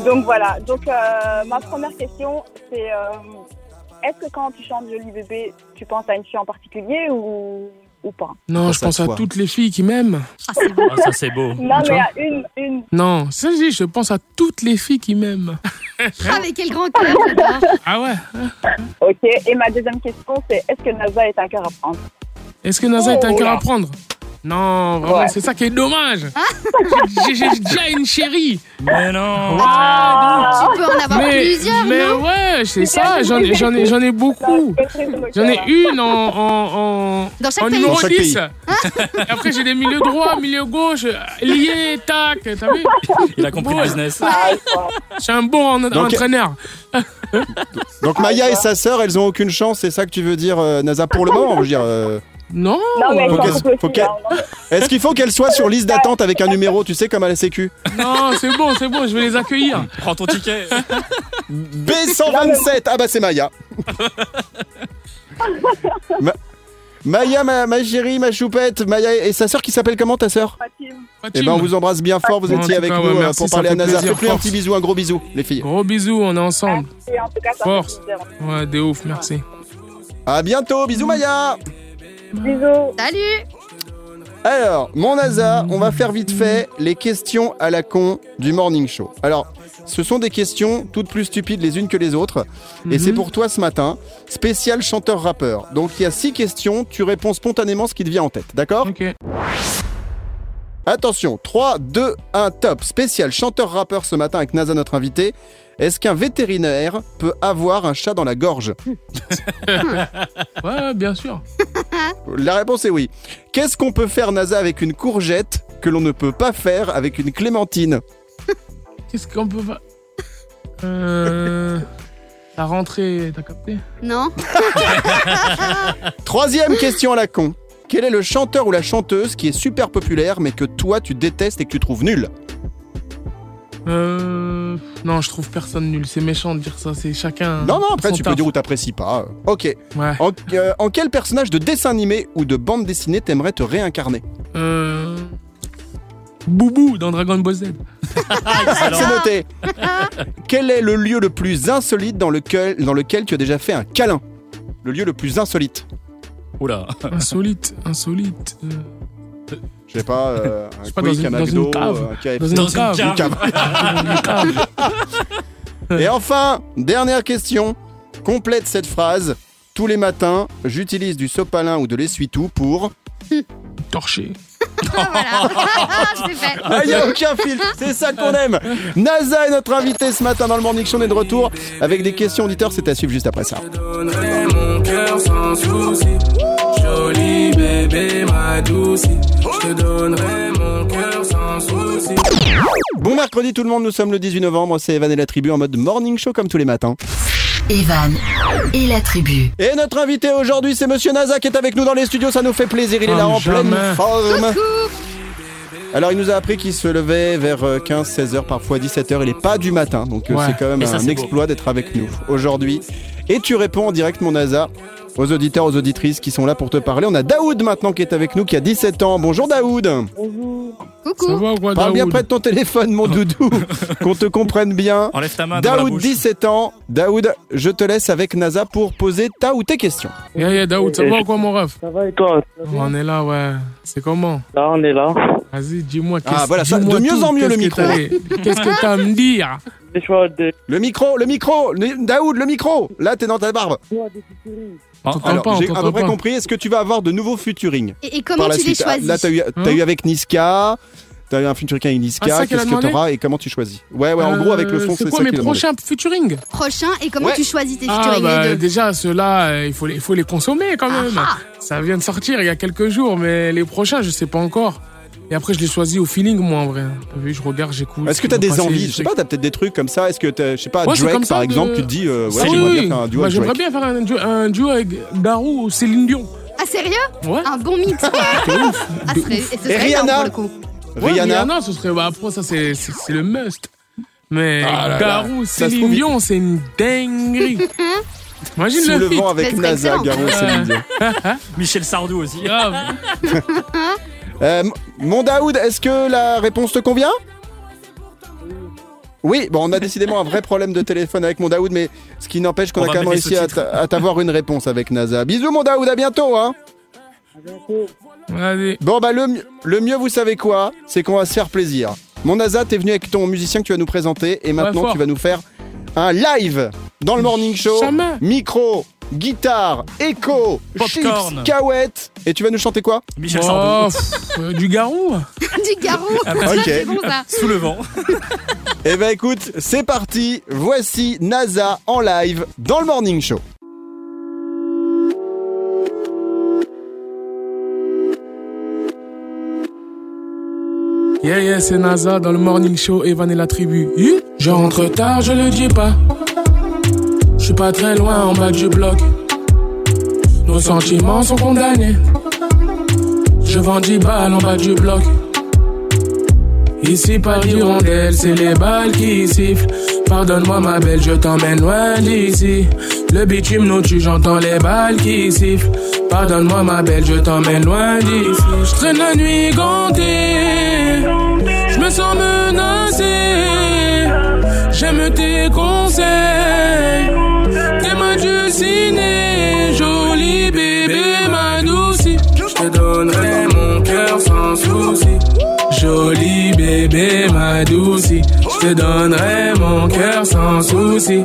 Speaker 7: Donc voilà, donc euh, ma première question, c'est euh, est-ce que quand tu chantes Joli bébé, tu penses à une fille en particulier ou, ou pas
Speaker 5: Non, je
Speaker 1: Ça,
Speaker 5: pense
Speaker 1: ça
Speaker 5: à
Speaker 1: soit.
Speaker 5: toutes les filles qui m'aiment.
Speaker 2: Ah, ça, c'est beau.
Speaker 7: Non,
Speaker 5: Tu
Speaker 7: mais
Speaker 5: vois
Speaker 7: à une, une.
Speaker 5: Non, ça je dis, je pense à toutes les filles qui m'aiment.
Speaker 3: Ah, mais quel grand cœur, j'adore.
Speaker 5: Ah ouais
Speaker 7: Ok, et ma deuxième question, c'est est-ce que Nasa est un cœur à prendre
Speaker 5: Est-ce que Naza est un
Speaker 7: Oh
Speaker 5: cœur
Speaker 7: là.
Speaker 5: à prendre Non, vraiment,
Speaker 7: Ouais.
Speaker 5: c'est ça qui est dommage. J'ai- J'ai j'ai déjà une chérie.
Speaker 2: Mais non.
Speaker 5: Ah,
Speaker 3: Tu peux en avoir plusieurs,
Speaker 5: mais
Speaker 3: non
Speaker 5: ouais, c'est ça. J'en ai, j'en ai, j'en ai
Speaker 7: Ah,
Speaker 5: beaucoup. J'en ai une en, en, en,
Speaker 3: Dans chaque
Speaker 5: en
Speaker 3: pays.
Speaker 5: numéro
Speaker 1: Dans chaque
Speaker 5: 10. Et Après, j'ai des milieux droits, milieux gauche, liés, tac. T'as vu
Speaker 2: Il a compris le
Speaker 5: Ouais.
Speaker 2: business.
Speaker 5: Je suis un bon en-
Speaker 1: Donc-
Speaker 5: entraîneur.
Speaker 3: Ah,
Speaker 1: Donc Maya et sa sœur, elles ont aucune chance, c'est ça que tu veux dire, euh, Naza, pour le moment, je veux dire. euh,
Speaker 5: Non.
Speaker 7: Non, mais
Speaker 1: Faut
Speaker 7: j'en
Speaker 1: qu'elle-
Speaker 7: couple
Speaker 1: faut
Speaker 7: aussi,
Speaker 1: qu'elle-
Speaker 7: hein, non.
Speaker 1: Est-ce qu'il faut qu'elles soient sur liste d'attente avec un numéro, tu sais, comme à la Sécu
Speaker 5: Non, c'est bon, c'est bon, je vais les accueillir.
Speaker 2: Prends ton ticket.
Speaker 1: B127 Ah bah c'est Maya Ma- Maya, ma, ma chérie, ma choupette, Maya et sa sœur qui s'appelle comment ta sœur
Speaker 7: Fatim.
Speaker 1: Eh ben on vous embrasse bien fort, vous
Speaker 5: En tout
Speaker 1: étiez avec
Speaker 5: cas,
Speaker 1: nous
Speaker 5: ouais,
Speaker 1: euh,
Speaker 5: merci,
Speaker 1: pour
Speaker 5: ça
Speaker 1: parler à
Speaker 5: fait
Speaker 1: NASA.
Speaker 5: plaisir,
Speaker 1: Faites-lui un
Speaker 5: force.
Speaker 1: petit bisou, un gros bisou, les filles.
Speaker 5: Gros bisous, on est ensemble.
Speaker 7: hein. Et en tout cas, ça
Speaker 5: Force.
Speaker 7: fait plaisir.
Speaker 5: Ouais, de ouf, merci.
Speaker 1: À bientôt, bisous Maya
Speaker 7: Bisous.
Speaker 3: Salut
Speaker 1: Alors, mon NASA, on va faire vite fait les questions à la con du morning show. Alors, ce sont des questions toutes plus stupides les unes que les autres. Et
Speaker 5: Mhm.
Speaker 1: c'est pour toi ce matin, spécial chanteur-rappeur. Donc il y a six questions, tu réponds spontanément ce qui te vient en tête, d'accord
Speaker 5: Ok.
Speaker 1: Attention, 3, 2, 1, top. Spécial chanteur-rappeur ce matin avec NASA, notre invité. Est-ce qu'un vétérinaire peut avoir un chat dans la gorge
Speaker 5: Ouais, ouais, bien sûr.
Speaker 1: La réponse est oui. Qu'est-ce qu'on peut faire, NASA, avec une courgette que l'on ne peut pas faire avec une clémentine
Speaker 5: Qu'est-ce qu'on peut faire Euh. La rentrée, t'as capté
Speaker 3: Non
Speaker 1: Troisième question à la con. Quel est le chanteur ou la chanteuse qui est super populaire mais que toi tu détestes et que tu trouves nul
Speaker 5: Mmh. Euh. Non, je trouve personne nul. C'est méchant de dire ça. C'est chacun.
Speaker 1: Non, non, après
Speaker 5: son
Speaker 1: tu peux
Speaker 5: taf.
Speaker 1: dire ou t'apprécies pas. Ok.
Speaker 5: Ouais.
Speaker 1: En, euh, en quel personnage de dessin animé ou de bande dessinée t'aimerais te réincarner
Speaker 5: Euh. Boubou dans Dragon Ball Z.
Speaker 2: Excellent.
Speaker 1: Ah, C'est noté Quel est le lieu le plus insolite dans lequel, dans lequel tu as déjà fait un câlin Le lieu le plus insolite
Speaker 2: Oula.
Speaker 5: Insolite, insolite. euh,
Speaker 1: Je sais pas, euh, un
Speaker 5: sais pas, dans
Speaker 1: quick,
Speaker 5: une-
Speaker 1: un
Speaker 5: dans une
Speaker 1: McDo,
Speaker 5: cave.
Speaker 1: euh, un KFC.
Speaker 5: Dans une
Speaker 2: Dans une
Speaker 5: cave.
Speaker 2: cave.
Speaker 1: Et enfin, dernière question. Complète cette phrase. Tous les matins, j'utilise du sopalin ou de l'essuie-tout pour.
Speaker 5: Torché.
Speaker 3: Ah, Voilà Je t'ai fait
Speaker 1: Ah, il a aucun filtre, c'est ça qu'on aime. NASA est notre invité ce matin dans le Morning Show. On est de retour avec des questions auditeurs. C'est à suivre juste après ça.
Speaker 4: donnerai mon cœur sans souci. Joli bébé, ma douce. Je te donnerai mon cœur sans souci.
Speaker 1: Bon mercredi tout le monde, nous sommes le 18 novembre. C'est Evan et la tribu en mode Morning Show comme tous les matins.
Speaker 6: Evan et la tribu.
Speaker 1: Et notre invité aujourd'hui, c'est Monsieur NASA qui est avec nous dans les studios. Ça nous fait plaisir. Il est là
Speaker 5: Comme
Speaker 1: en pleine
Speaker 5: jamais.
Speaker 1: forme.
Speaker 3: Coucou
Speaker 1: Alors il nous a appris qu'il se levait vers euh, 15, 16 heures, parfois 17 heures. Il est pas du matin, donc euh,
Speaker 5: Ouais.
Speaker 1: c'est quand même
Speaker 2: Et ça,
Speaker 1: un
Speaker 2: c'est beau.
Speaker 1: exploit d'être avec nous aujourd'hui. Et tu réponds en direct, mon NASA, aux auditeurs, aux auditrices qui sont là pour te parler. On a Daoud maintenant qui est avec nous, qui a 17 ans. Bonjour Daoud.
Speaker 5: Ça
Speaker 3: Coucou
Speaker 5: va ou quoi,
Speaker 1: Parle bien
Speaker 5: Daoud
Speaker 1: près de ton téléphone, mon doudou, qu'on te comprenne bien.
Speaker 2: Enlève ta main de la
Speaker 1: Daoud,
Speaker 2: bouche.
Speaker 1: 17 ans. Daoud, je te laisse avec NASA pour poser ta ou tes questions.
Speaker 5: Yeah, yeah, Daoud, ça va ou quoi, mon ref
Speaker 8: Ça va et toi
Speaker 5: On est là, ouais. C'est comment
Speaker 8: Là, on est là.
Speaker 5: Vas-y, dis-moi.
Speaker 1: Ah,
Speaker 5: qu'est-ce-
Speaker 1: voilà, ça-
Speaker 5: dis-moi
Speaker 1: de mieux
Speaker 5: tout,
Speaker 1: en mieux, le Ah,
Speaker 5: qu'est-ce que t'as- Qu'est-ce que t'as à me dire
Speaker 8: Les choix de
Speaker 1: Le micro, le micro, le- Daoud, le micro. Là, t'es dans ta barbe.
Speaker 5: On t'entend
Speaker 1: Alors,
Speaker 5: pas, on
Speaker 1: j'ai à peu
Speaker 5: t'entend
Speaker 1: près
Speaker 5: pas.
Speaker 1: compris. Est-ce que tu vas avoir de nouveaux featuring
Speaker 3: Et, et comment
Speaker 1: par la
Speaker 3: tu les
Speaker 1: suite. Ah,
Speaker 3: choisis
Speaker 1: Là, t'as eu, t'as
Speaker 5: Hein
Speaker 1: eu avec Niska, t'as eu un featuring avec
Speaker 5: Ah, c'est
Speaker 1: Niska,
Speaker 5: ça qu'elle
Speaker 1: qu'est-ce
Speaker 5: a
Speaker 1: que
Speaker 5: demandé
Speaker 1: t'auras et comment tu choisis Ouais, ouais, en gros, avec le
Speaker 5: Euh,
Speaker 1: son, c'est ça
Speaker 5: C'est quoi
Speaker 1: qu'il
Speaker 5: mes
Speaker 1: a demandé.
Speaker 5: prochain featuring
Speaker 3: Prochain, et comment
Speaker 1: Ouais.
Speaker 3: tu choisis tes
Speaker 5: Ah,
Speaker 3: featuring
Speaker 5: bah
Speaker 3: les deux
Speaker 5: déjà, ceux-là, euh, il faut, les- il faut les consommer quand même.
Speaker 3: Ah,
Speaker 5: Ça vient de sortir il y a quelques jours, mais les prochains, je sais pas encore. Et après, je les choisis au feeling, moi, en vrai. T'as vu, je regarde, j'écoute.
Speaker 1: Est-ce que
Speaker 5: je
Speaker 1: t'as
Speaker 5: me
Speaker 1: des
Speaker 5: passe les
Speaker 1: envies Je sais
Speaker 5: trucs.
Speaker 1: pas, t'as peut-être des trucs comme ça. Est-ce que, t'as- je sais pas,
Speaker 5: Ouais, c'est
Speaker 1: Drake
Speaker 5: comme ça
Speaker 1: par
Speaker 5: de-
Speaker 1: exemple, tu te dis, euh, ouais,
Speaker 5: Ah oui,
Speaker 1: j'aimerais
Speaker 5: oui.
Speaker 1: bien faire un duo
Speaker 5: Bah,
Speaker 1: avec
Speaker 5: J'aimerais
Speaker 1: Drake.
Speaker 5: bien faire un duo, un duo avec Darou ou Céline Dion.
Speaker 3: Ah, sérieux
Speaker 5: Ouais.
Speaker 3: Un bon mix Ah, ce serait, et ce serait
Speaker 1: Rihanna.
Speaker 3: énorme pour le coup.
Speaker 5: Ouais,
Speaker 1: Rihanna,
Speaker 5: Rihanna, ce serait. Bah, après, ça, c'est c'est- c'est le must. Mais
Speaker 1: Ah là là.
Speaker 5: Garou,
Speaker 1: Ça se
Speaker 5: Céline
Speaker 1: trouve, il-
Speaker 5: Dion, c'est une dinguerie. Imagine
Speaker 1: sous
Speaker 5: le
Speaker 1: le
Speaker 5: feat.
Speaker 1: vent avec
Speaker 3: serait
Speaker 1: NASA,
Speaker 3: excellent.
Speaker 1: Garou, Céline Dion.
Speaker 2: Michel Sardou aussi.
Speaker 5: Grave.
Speaker 1: Euh, m- Mon Daoud, est-ce que la réponse te convient oui, bon, on a décidément un vrai problème de téléphone avec mon Daoud, mais ce qui n'empêche qu'on
Speaker 2: On
Speaker 1: a
Speaker 2: va
Speaker 1: quand même
Speaker 2: mettre les
Speaker 1: réussi à
Speaker 2: sous-titres.
Speaker 1: t'a- à t'avoir une réponse avec NASA. Bisous, mon Daoud, à bientôt, hein
Speaker 5: Vas-y.
Speaker 1: Bon bah le, mieux- le mieux vous savez quoi C'est qu'on va se faire plaisir. Mon NASA, t'es venu avec ton musicien que tu vas nous présenter et maintenant
Speaker 5: fort.
Speaker 1: tu vas nous faire un live dans le morning show.
Speaker 5: Jamais.
Speaker 1: Micro, guitare, écho,
Speaker 2: Popcorn.
Speaker 1: chips, cahuètes. Et tu vas nous chanter quoi
Speaker 2: Michel
Speaker 5: Oh,
Speaker 2: Sardou.
Speaker 5: pff, euh, du garou
Speaker 3: du garou.
Speaker 5: Ah,
Speaker 1: Ok.
Speaker 3: C'est bon ça.
Speaker 2: Sous le vent.
Speaker 1: Eh ben écoute, c'est parti. Voici NASA en live dans le Morning Show.
Speaker 5: Yeah, yeah, c'est NASA dans le morning show, Evan et la tribu. You je rentre tard, je le dis pas. Je suis pas très loin en bas du bloc. Nos sentiments sont condamnés. Je vends 10 balles en bas du bloc. Ici, pas d'hirondelle, c'est les balles qui sifflent. Pardonne-moi, ma belle, je t'emmène loin d'ici. Le bitume nous tue, j'entends les balles qui sifflent. Pardonne-moi, ma belle, je t'emmène loin d'ici. Je traîne la nuit gantée. Je me sens menacé. J'aime tes conseils. Tes mains du ciné. Joli bébé m'adoucit. Je te donnerai mon cœur sans souci. Joli bébé m'adoucit. Je te donnerai mon cœur sans souci.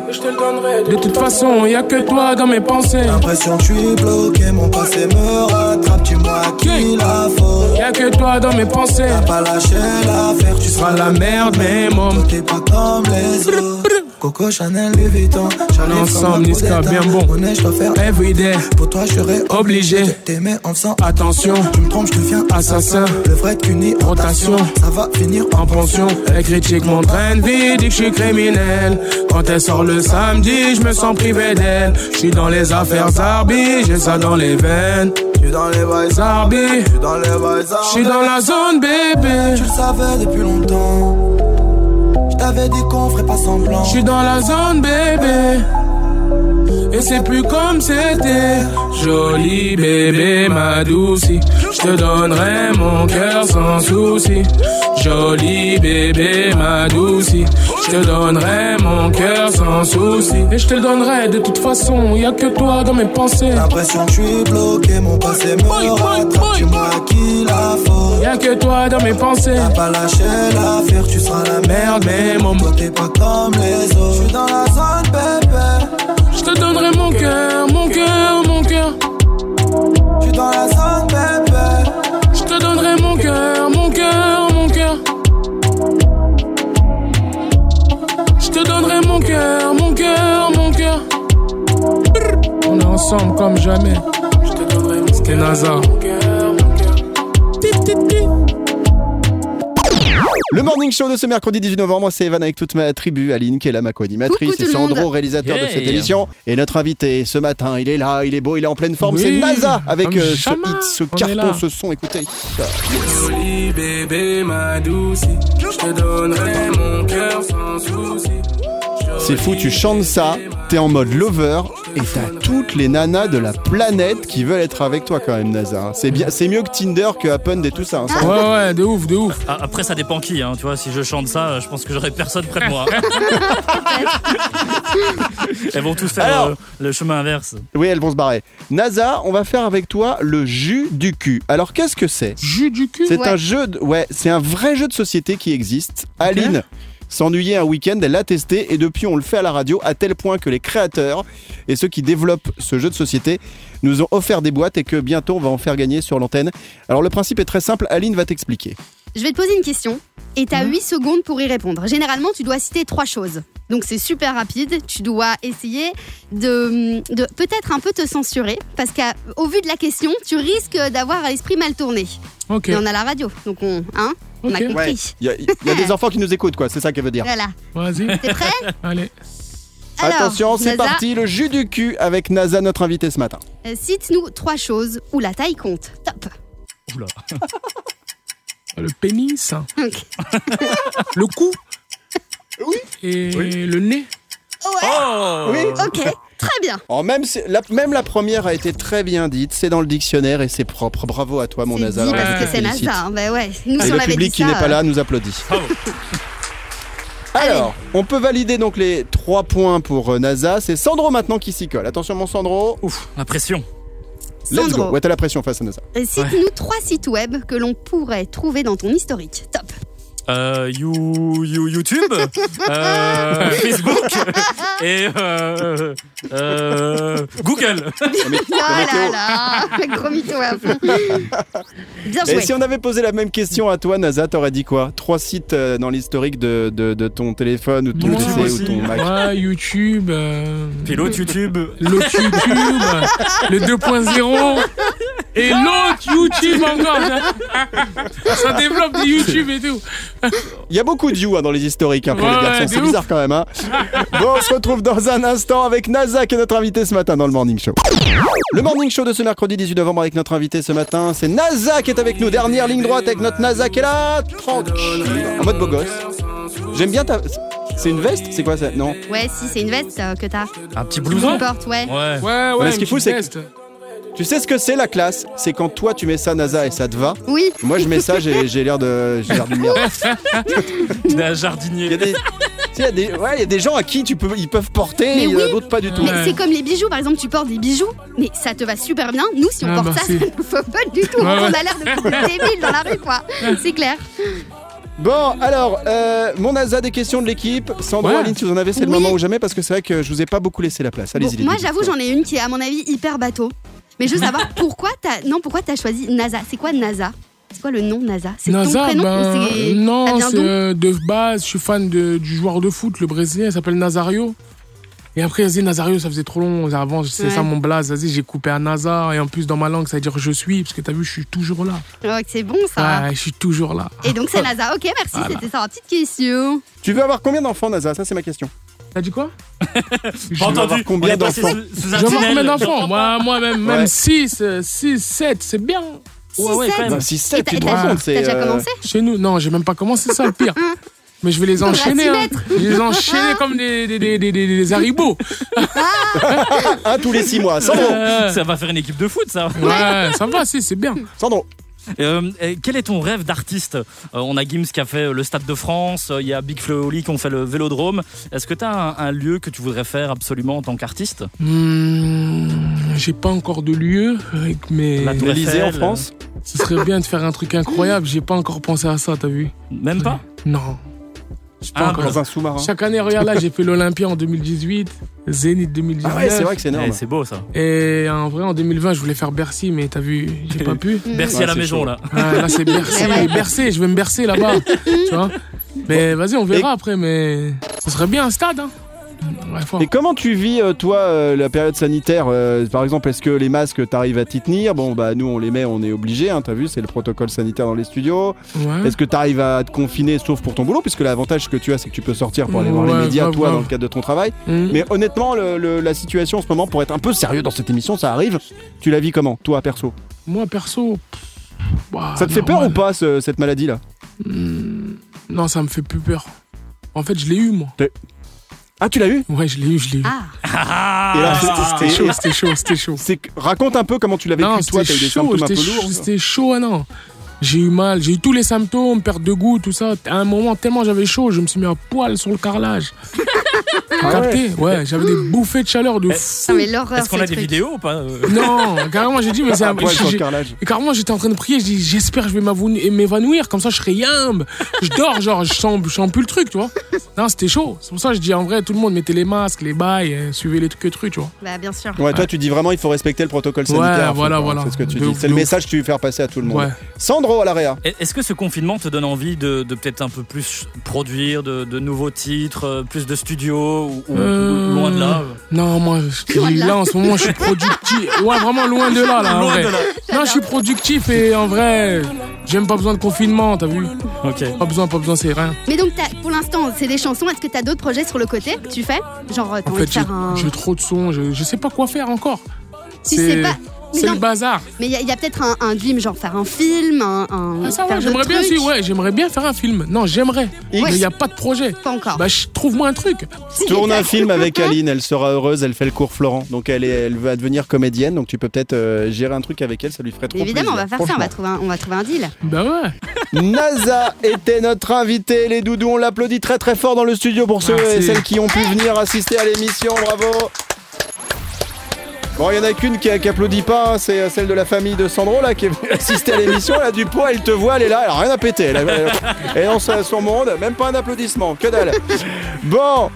Speaker 5: De toute façon, y a que toi dans mes pensées.
Speaker 8: L'impression que je suis bloqué, mon passé me rattrape, tu moi à qui la faute
Speaker 5: Y a que toi dans mes pensées.
Speaker 8: T'as pas lâché l'affaire, tu
Speaker 5: Tu seras
Speaker 8: seras
Speaker 5: la merde, mais mon
Speaker 8: Toi, T'es pas comme les autres Coco Chanel, Louis Vuitton J'arrive
Speaker 5: Ensemble,
Speaker 8: comme un coup
Speaker 5: Niska,
Speaker 8: d'état.
Speaker 5: bien bon.
Speaker 8: Monnaie, hein. je dois faire
Speaker 5: everyday.
Speaker 8: Pour toi, je serais
Speaker 5: Obligé.
Speaker 8: obligé de T'aimer en faisant
Speaker 5: Attention,
Speaker 8: Tu me trompes, je deviens
Speaker 5: Assassin.
Speaker 8: assassin Le vrai qu'une
Speaker 5: Rotation.
Speaker 8: rotation Ça va finir
Speaker 5: en pension. Elle critique mon train de vie, dit que je suis criminel. Quand elle sort le samedi, je me sens privé d'elle. Je suis dans les affaires Zarbi, j'ai ça dans les veines.
Speaker 8: Je suis dans les boys
Speaker 5: Zarbi,
Speaker 8: Je suis dans les boys
Speaker 5: je suis dans la zone bébé.
Speaker 8: Tu le savais depuis longtemps Je t'avais dit qu'on ferait pas semblant
Speaker 5: Je suis dans la zone bébé. Et c'est plus comme c'était. Joli bébé m'adouci. Je te donnerai mon cœur sans souci. Joli bébé m'adouci. Je te donnerai mon cœur sans souci. Et je te le donnerai de toute façon. Y a que toi dans mes pensées.
Speaker 8: L'impression que je suis bloqué, mon passé me
Speaker 5: Boy, boy, boy.
Speaker 8: rattrape. Tu moi à qui la
Speaker 5: Y
Speaker 8: faute.
Speaker 5: a que toi dans mes pensées.
Speaker 8: T'as pas lâché l'affaire, tu seras la
Speaker 5: Merde,
Speaker 8: merde.
Speaker 5: mais mon
Speaker 8: Toi t'es pas comme les autres. Je suis dans la zone, bébé.
Speaker 5: Je te donnerai mon cœur, mon cœur, mon cœur.
Speaker 8: Je suis dans la zone, bébé.
Speaker 5: Je te donnerai mon cœur, mon cœur, mon cœur. Je te donnerai mon cœur, mon cœur, mon cœur. Brr. On est ensemble comme jamais. Je te donnerai mon C'était NASA. Ti, ti, ti.
Speaker 1: Le morning show de ce mercredi 18 novembre, c'est Evan avec toute ma tribu, Aline qui est là, ma co-animatrice,
Speaker 3: Coucou tout
Speaker 1: et
Speaker 3: le
Speaker 1: Sandro,
Speaker 3: monde.
Speaker 1: réalisateur de
Speaker 2: Yeah.
Speaker 1: cette émission. Et notre invité ce matin, il est là, il est beau, il est en pleine forme,
Speaker 5: Oui,
Speaker 1: c'est NASA avec
Speaker 5: comme
Speaker 1: euh, ce
Speaker 5: Chama.
Speaker 1: hit, ce
Speaker 5: On est
Speaker 1: carton,
Speaker 5: là.
Speaker 1: ce son, écoutez.
Speaker 5: Joli bébé, ma douce. Je te donnerai mon cœur sans souci.
Speaker 1: C'est fou, tu chantes ça, t'es en mode lover, et t'as toutes les nanas de la planète qui veulent être avec toi quand même, NASA. C'est bien, c'est mieux que Tinder, que Happen et tout ça. hein, ça.
Speaker 5: Ouais, ouais, de ouf, de ouf.
Speaker 2: Ah, Après, ça dépend qui. hein. Tu vois, si je chante ça, euh, je pense que j'aurai personne près de moi. Elles vont tous faire
Speaker 1: Alors.
Speaker 2: euh, le chemin inverse.
Speaker 1: Oui, elles vont se barrer. NASA, on va faire avec toi le jus du cul. Alors qu'est-ce que c'est
Speaker 5: Jus du cul.
Speaker 1: C'est
Speaker 3: Ouais.
Speaker 1: un jeu, de- ouais, c'est un vrai jeu de société qui existe. Aline s'ennuyait un week-end, elle l'a testé et depuis on le fait à la radio à tel point que les créateurs et ceux qui développent ce jeu de société nous ont offert des boîtes et que bientôt on va en faire gagner sur l'antenne. Alors le principe est très simple, Aline va t'expliquer.
Speaker 3: Je vais te poser une question et tu as
Speaker 5: Mhm.
Speaker 3: 8 secondes pour y répondre. Généralement, tu dois citer trois choses. Donc c'est super rapide, tu dois essayer de, de peut-être un peu te censurer parce qu'au vu de la question, tu risques d'avoir l'esprit mal tourné.
Speaker 5: Ok.
Speaker 3: Et on a la radio, donc on, hein, on a
Speaker 5: Ok.
Speaker 3: compris.
Speaker 1: Il y, a- il y a des enfants qui nous écoutent quoi, c'est ça qu'elle veut dire.
Speaker 3: Voilà.
Speaker 5: Vas-y,
Speaker 3: T'es prêt
Speaker 5: allez.
Speaker 3: Alors,
Speaker 1: Attention, c'est
Speaker 3: Naza,
Speaker 1: parti, le jus du cul avec NASA notre invité ce matin.
Speaker 3: euh, Cite-nous trois choses où la taille compte. Top.
Speaker 2: Oula.
Speaker 5: Le pénis.
Speaker 3: Ok.
Speaker 5: le cou et le nez.
Speaker 3: Ouais.
Speaker 2: Oh
Speaker 1: Oui.
Speaker 3: Ok. Très bien.
Speaker 1: Oh, même, si- la, même la première a été très bien dite, c'est dans le dictionnaire et c'est propre. Bravo à toi mon
Speaker 3: C'est
Speaker 1: NASA.
Speaker 3: dit
Speaker 1: vraiment, je
Speaker 3: parce
Speaker 1: te
Speaker 3: que c'est
Speaker 1: félicite.
Speaker 3: NASA. hein. Bah ouais. Nous,
Speaker 1: Et
Speaker 3: si on
Speaker 1: le
Speaker 3: avait
Speaker 1: public
Speaker 3: dit
Speaker 1: qui
Speaker 3: ça,
Speaker 1: n'est pas
Speaker 3: euh,
Speaker 1: là nous applaudit.
Speaker 2: Bravo.
Speaker 1: Alors, on peut valider donc les 3 points pour euh, NASA. C'est Sandro maintenant qui s'y colle. Attention mon Sandro.
Speaker 2: Ouf, la pression.
Speaker 1: Let's
Speaker 3: euh, Sandro.
Speaker 1: go. Ouais, t'as la pression face à NASA.
Speaker 3: Euh, Cite-nous trois sites web que l'on pourrait trouver dans ton historique. Top.
Speaker 2: euh, You- You- YouTube, euh, Facebook et euh, euh, Google.
Speaker 3: Ah là
Speaker 1: météo.
Speaker 3: là, gros mytho à fond. Bien
Speaker 1: Et
Speaker 3: joué.
Speaker 1: si on avait posé la même question à toi, Naza, t'aurais dit quoi Trois sites euh, dans l'historique de, de- de ton téléphone ou ton
Speaker 5: YouTube
Speaker 1: PC ou
Speaker 2: aussi.
Speaker 1: ton Mac.
Speaker 5: Ouais, YouTube, euh,
Speaker 2: Pilote YouTube.
Speaker 5: l'autre YouTube, le 2.0 et l'autre YouTube encore. ça- Ça développe des YouTube et tout.
Speaker 1: Il y a beaucoup de you hein, dans les historiques hein, pour
Speaker 5: Ouais,
Speaker 1: les
Speaker 5: ouais,
Speaker 1: garçons,
Speaker 5: de
Speaker 1: c'est
Speaker 5: ouf.
Speaker 1: bizarre quand même. hein. bon, on se retrouve dans un instant avec Naza qui est notre invité ce matin dans le Morning Show. Le Morning Show de ce mercredi 18 novembre avec notre invité ce matin, c'est Naza qui est avec nous. Dernière ligne droite avec notre Naza qui est là, tranquille, en mode beau gosse. J'aime bien ta... C'est une veste C'est quoi ça Non.
Speaker 3: Ouais, si, c'est une veste euh, que t'as.
Speaker 2: Un petit
Speaker 3: Tu
Speaker 2: blouson.
Speaker 3: portes, ouais.
Speaker 2: Ouais.
Speaker 5: Ouais,
Speaker 1: Mais
Speaker 5: ouais.
Speaker 1: ce qui est fou, c'est que-
Speaker 5: que.
Speaker 1: Tu sais ce que c'est la classe C'est quand toi tu mets ça Naza et ça te va.
Speaker 3: Oui,
Speaker 1: Moi je mets ça, j'ai j'ai l'air de j'ai l'air d'une merde.
Speaker 2: D'un
Speaker 1: Il y a
Speaker 2: jardinier.
Speaker 1: des tu sais, il y a des ouais, il y a des gens à qui tu peux ils peuvent porter
Speaker 3: Mais
Speaker 1: et il y en a
Speaker 3: oui.
Speaker 1: d'autres pas du tout.
Speaker 3: mais
Speaker 5: Ouais.
Speaker 3: c'est comme les bijoux, par exemple, tu portes des bijoux, mais ça te va super bien. Nous, si on
Speaker 5: Ah,
Speaker 3: porte
Speaker 5: merci.
Speaker 3: ça, ça nous faut pas du tout.
Speaker 5: Ouais,
Speaker 3: On
Speaker 5: ouais.
Speaker 3: a l'air de petits débiles dans la rue, quoi. C'est clair.
Speaker 1: Bon, alors, euh, mon NASA des questions de l'équipe. Sandro,
Speaker 5: Ouais.
Speaker 1: Aline, si vous en avez, c'est le
Speaker 3: Oui.
Speaker 1: moment ou jamais parce que c'est vrai que je vous ai pas beaucoup laissé la place.
Speaker 3: Bon,
Speaker 1: Allez-y. les
Speaker 3: moi,
Speaker 1: deux.
Speaker 3: j'avoue, j'en ai une qui est, à mon avis, hyper bateau. Mais je veux savoir pourquoi t'as. Non, pourquoi t'as choisi NASA C'est quoi NASA C'est quoi le nom NASA C'est ton
Speaker 5: Nazar,
Speaker 3: prénom
Speaker 5: ben,
Speaker 3: ou c'est- elle
Speaker 5: non,
Speaker 3: vient
Speaker 5: c'est
Speaker 3: d'où
Speaker 5: euh, de base, je suis fan de- du joueur de foot, le Brésilien, il s'appelle Nazario. Et après, vas-y, Nazario, ça faisait trop long. Avant, c'est
Speaker 3: Ouais.
Speaker 5: ça mon blaze. Vas-y, j'ai coupé à Nazar. Et en plus, dans ma langue, ça veut dire je suis, parce que t'as vu, je suis toujours là.
Speaker 3: Oh, C'est bon, ça.
Speaker 5: Ouais, je suis toujours là.
Speaker 3: Et donc, c'est NASA. Ok, merci, c'était ça, ma petite question.
Speaker 1: Tu veux avoir combien d'enfants, NASA Ça, c'est ma question.
Speaker 5: T'as dit quoi
Speaker 2: Pas
Speaker 1: veux
Speaker 2: entendu.
Speaker 1: avoir combien
Speaker 2: Il est passé
Speaker 1: d'enfants
Speaker 2: sous- sous
Speaker 5: Je
Speaker 2: un
Speaker 5: vais avoir
Speaker 2: tunnel.
Speaker 5: combien d'enfants Moi, moi-même,
Speaker 1: Ouais.
Speaker 5: même 6, 6, 7, c'est bien.
Speaker 2: Ouais, ouais,
Speaker 3: Ah Six,
Speaker 2: quand
Speaker 3: sept.
Speaker 2: même.
Speaker 1: Si
Speaker 3: Et
Speaker 1: 7,
Speaker 3: t'as-
Speaker 1: tu te
Speaker 3: t'as-
Speaker 1: rends compte,
Speaker 3: T'as
Speaker 1: c'est.
Speaker 3: déjà
Speaker 1: euh,
Speaker 3: commencé
Speaker 5: Chez nous, non, j'ai même pas commencé, c'est ça le pire. Mais je vais les
Speaker 3: Faudra s'y
Speaker 5: enchaîner. hein.
Speaker 3: mettre.
Speaker 5: Je vais les enchaîner comme des, des, des, des, des, des haribots.
Speaker 1: Un tous les 6 mois. Sandro
Speaker 5: Euh,
Speaker 2: Ça va faire une équipe de foot, ça.
Speaker 5: ouais, ça va, si, c'est bien.
Speaker 1: Sandro
Speaker 2: Euh, euh, quel est ton rêve d'artiste Euh, On a Gims qui a fait euh, le Stade de France, euh, il y a Big Flo et Oli qui ont fait le Vélodrome. Est-ce que tu as un, un lieu que tu voudrais faire absolument en tant qu'artiste
Speaker 5: Hmm, j'ai pas encore de lieu, avec mes...
Speaker 2: La tour-
Speaker 1: L'Elysée en
Speaker 2: Raphaël.
Speaker 1: France
Speaker 5: ce serait bien de faire un truc incroyable. J'ai pas encore pensé à ça, t'as vu
Speaker 2: Même pas
Speaker 5: Non. J'ai pas
Speaker 2: Ah,
Speaker 5: encore.
Speaker 1: Dans un sous-marin.
Speaker 5: Chaque année, regarde là, j'ai fait l'Olympia en 2018, Zénith 2019.
Speaker 1: Ah ouais, c'est vrai que c'est énorme.
Speaker 2: Eh, C'est beau ça.
Speaker 5: Et en vrai, en 2020, je voulais faire Bercy, mais t'as vu, j'ai pas pu.
Speaker 2: Bercy
Speaker 1: Mm. Ouais,
Speaker 2: à la
Speaker 1: c'est
Speaker 2: maison
Speaker 1: chaud.
Speaker 2: là.
Speaker 5: Ah, là, c'est Bercy,
Speaker 3: Ouais, ouais.
Speaker 5: Bercy, je vais me bercer là-bas. tu vois Mais vas-y, on verra après, mais ce serait bien un stade. Hein. Ouais, fort.
Speaker 1: Et comment tu vis, euh, toi, euh, la période sanitaire euh, Par exemple, est-ce que les masques, t'arrives à t'y tenir Bon, bah, nous, on les met, on est obligé, hein, t'as vu, c'est le protocole sanitaire dans les studios.
Speaker 5: Ouais.
Speaker 1: Est-ce que tu arrives à te confiner sauf pour ton boulot Puisque l'avantage que tu as, c'est que tu peux sortir pour aller voir les
Speaker 5: Ouais,
Speaker 1: médias,
Speaker 5: grave,
Speaker 1: toi,
Speaker 5: grave.
Speaker 1: dans le cadre de ton travail.
Speaker 5: Mm.
Speaker 1: Mais honnêtement, le- le- la situation en ce moment, pour être un peu sérieux dans cette émission, ça arrive. Tu la vis comment, toi, perso
Speaker 5: Moi, perso. pff, bah,
Speaker 1: Ça te fait peur ou
Speaker 5: normal.
Speaker 1: pas, ce- cette maladie-là
Speaker 5: Mm, Non, ça me fait plus peur. En fait, je l'ai eu, moi.
Speaker 1: Ah, tu l'as eu
Speaker 5: Ouais, je l'ai eu, je l'ai eu.
Speaker 3: Ah,
Speaker 1: Et alors,
Speaker 2: Ah
Speaker 1: c'est-
Speaker 5: C'était chaud, c'était chaud, c'était chaud.
Speaker 1: c'est que- Raconte un peu comment tu l'as vécu,
Speaker 5: Non,
Speaker 1: toi,
Speaker 5: c'était
Speaker 1: t'as eu des
Speaker 5: chaud,
Speaker 1: symptômes un peu
Speaker 5: c'était chaud,
Speaker 1: lourds.
Speaker 5: c'était chaud, ah non. J'ai eu mal, j'ai eu tous les symptômes, perte de goût, tout ça. À un moment, tellement j'avais chaud, je me suis mis à poil sur le carrelage. T'as
Speaker 1: Ah ouais.
Speaker 5: capté Ouais, j'avais des bouffées de chaleur de
Speaker 2: Eh,
Speaker 3: ça
Speaker 5: fou.
Speaker 3: mais l'horreur.
Speaker 2: Est-ce qu'on a des
Speaker 3: ces trucs.
Speaker 2: vidéos ou pas euh
Speaker 5: Non, carrément, j'ai dit, mais c'est un.
Speaker 1: Ah, poil sur le
Speaker 5: j'ai-
Speaker 1: carrelage.
Speaker 5: Et carrément, j'étais en train de prier, je dis, j'espère que je vais m'avou- et m'évanouir, comme ça je serai yambe. Je dors, genre, je sens, je sens plus le truc, tu vois. Non, c'était chaud. C'est pour ça que je dis, en vrai, tout le monde mettait les masques, les bails, euh, suivez les trucs, trucs, tu vois.
Speaker 3: Bah, bien sûr.
Speaker 1: Ouais, toi, tu dis vraiment, il faut respecter le protocole sanitaire. à fond,
Speaker 5: voilà,
Speaker 1: quoi.
Speaker 5: voilà.
Speaker 1: C'est ce que tu
Speaker 5: De
Speaker 1: dis.
Speaker 5: ouf,
Speaker 1: C'est le
Speaker 5: de ouf.
Speaker 1: message que tu veux faire passer à tout le monde.
Speaker 5: Ouais.
Speaker 1: Sandro à l'AREA.
Speaker 2: Et- Est-ce que ce confinement te donne envie de, de peut-être un peu plus produire, de, de nouveaux titres, euh, plus de studios ou, ou- ou
Speaker 5: Euh,
Speaker 2: loin de là
Speaker 5: Non, moi, je te dis, là, en ce moment, je suis productif. Ouais, vraiment loin de là, là, en
Speaker 2: Loin
Speaker 5: vrai.
Speaker 2: de là.
Speaker 5: Non, je suis productif et en vrai, j'ai même pas besoin de confinement, t'as vu
Speaker 2: Ok.
Speaker 5: Pas besoin, pas besoin, c'est rien.
Speaker 3: Mais donc, t'as- pour l'instant, c'est des chansons. Est-ce que t'as d'autres projets sur le côté que tu fais Genre, euh, t'as
Speaker 5: En
Speaker 3: envie
Speaker 5: fait,
Speaker 3: de
Speaker 5: j'ai
Speaker 3: faire un.
Speaker 5: j'ai trop de sons, je, je sais pas quoi faire encore.
Speaker 3: Tu
Speaker 5: C'est-
Speaker 3: sais pas. Mais
Speaker 5: C'est
Speaker 3: non, Ah,
Speaker 5: le bazar.
Speaker 3: mais il y a, il y a peut-être un, un dream, genre faire un film, un. un-
Speaker 5: Ah, ça
Speaker 3: faire
Speaker 5: va, j'aimerais
Speaker 3: d'autres
Speaker 5: bien
Speaker 3: trucs.
Speaker 5: si, ouais, j'aimerais bien faire un film. Non, j'aimerais.
Speaker 1: X.
Speaker 5: Mais il n'y a pas de projet.
Speaker 3: Pas encore.
Speaker 5: Bah, je- trouve-moi un truc.
Speaker 3: Si,
Speaker 1: Tourne un
Speaker 3: exact.
Speaker 1: film avec Aline, elle sera heureuse, elle fait le cours Florent. Donc elle, est, elle va devenir comédienne, donc tu peux peut-être euh, gérer un truc avec elle, ça lui ferait trop
Speaker 3: Évidemment, on va
Speaker 1: plaisir,
Speaker 3: faire ça, on va
Speaker 1: franchement.
Speaker 3: trouver un, on va trouver un deal.
Speaker 5: Bah ouais.
Speaker 1: Naza était notre invité, les doudous, on l'applaudit très très fort dans le studio pour ceux
Speaker 5: Merci.
Speaker 1: et celles qui ont pu venir assister à l'émission, bravo Bon, il y en a qu'une qui, qui applaudit pas, hein, c'est euh, celle de la famille de Sandro là qui est venue assister à l'émission. Elle a du poids, elle te voit, elle est là, elle a rien à péter. Elle, a- elle a- et on se- sur mon monde, même pas un applaudissement, que dalle. Bon,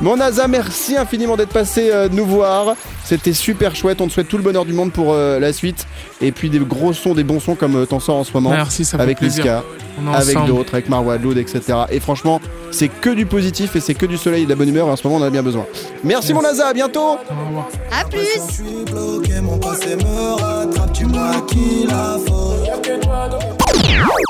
Speaker 1: mon NASA, merci infiniment d'être passé euh, nous voir. C'était super chouette. On te souhaite tout le bonheur du monde pour euh, la suite. Et puis des gros sons, des bons sons comme euh, t'en sors en ce moment.
Speaker 5: Merci, ça fait
Speaker 1: Avec
Speaker 5: plaisir.
Speaker 1: Niska,
Speaker 5: On est
Speaker 1: avec
Speaker 5: ensemble.
Speaker 1: d'autres, avec Marwa Loud, etc. Et franchement, c'est que du positif et c'est que du soleil et de la bonne humeur. Et en ce moment, on en a bien besoin. Merci, mon NASA, à bientôt.
Speaker 5: Au revoir.
Speaker 3: À plus
Speaker 8: Je suis bloqué, mon passé me rattrape, tu moi qui la faute.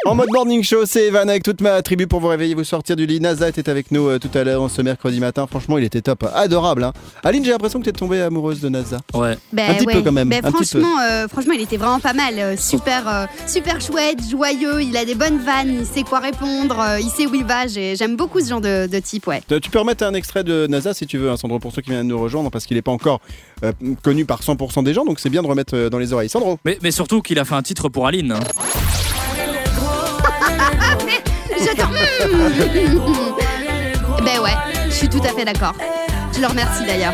Speaker 1: En mode morning show, c'est Evan avec toute ma tribu pour vous réveiller, vous sortir du lit. NASA était avec nous euh, tout à l'heure ce mercredi matin. Franchement, il était top, adorable. hein. Aline, j'ai l'impression que t'es tombée amoureuse de NASA.
Speaker 2: Ouais.
Speaker 3: Ben
Speaker 1: Un petit peu quand même,
Speaker 3: Ben
Speaker 1: un petit peu.
Speaker 3: franchement, euh, franchement, il était vraiment pas mal. euh, super, euh, super chouette, joyeux. Il a des bonnes vannes. Il sait quoi répondre. euh, il sait où il va. J'ai- J'aime beaucoup ce genre de, de type, ouais.
Speaker 1: Euh, Tu peux remettre un extrait de NASA si tu veux, hein, Sandro, pour ceux qui viennent de nous rejoindre, parce qu'il n'est pas encore euh, connu par 100% des gens, donc c'est bien de remettre euh, dans les oreilles. Sandro,
Speaker 2: Mais, mais surtout qu'il a fait un titre pour Aline. hein.
Speaker 3: Je t'en- ben ouais, je suis tout à fait d'accord. Je le remercie d'ailleurs.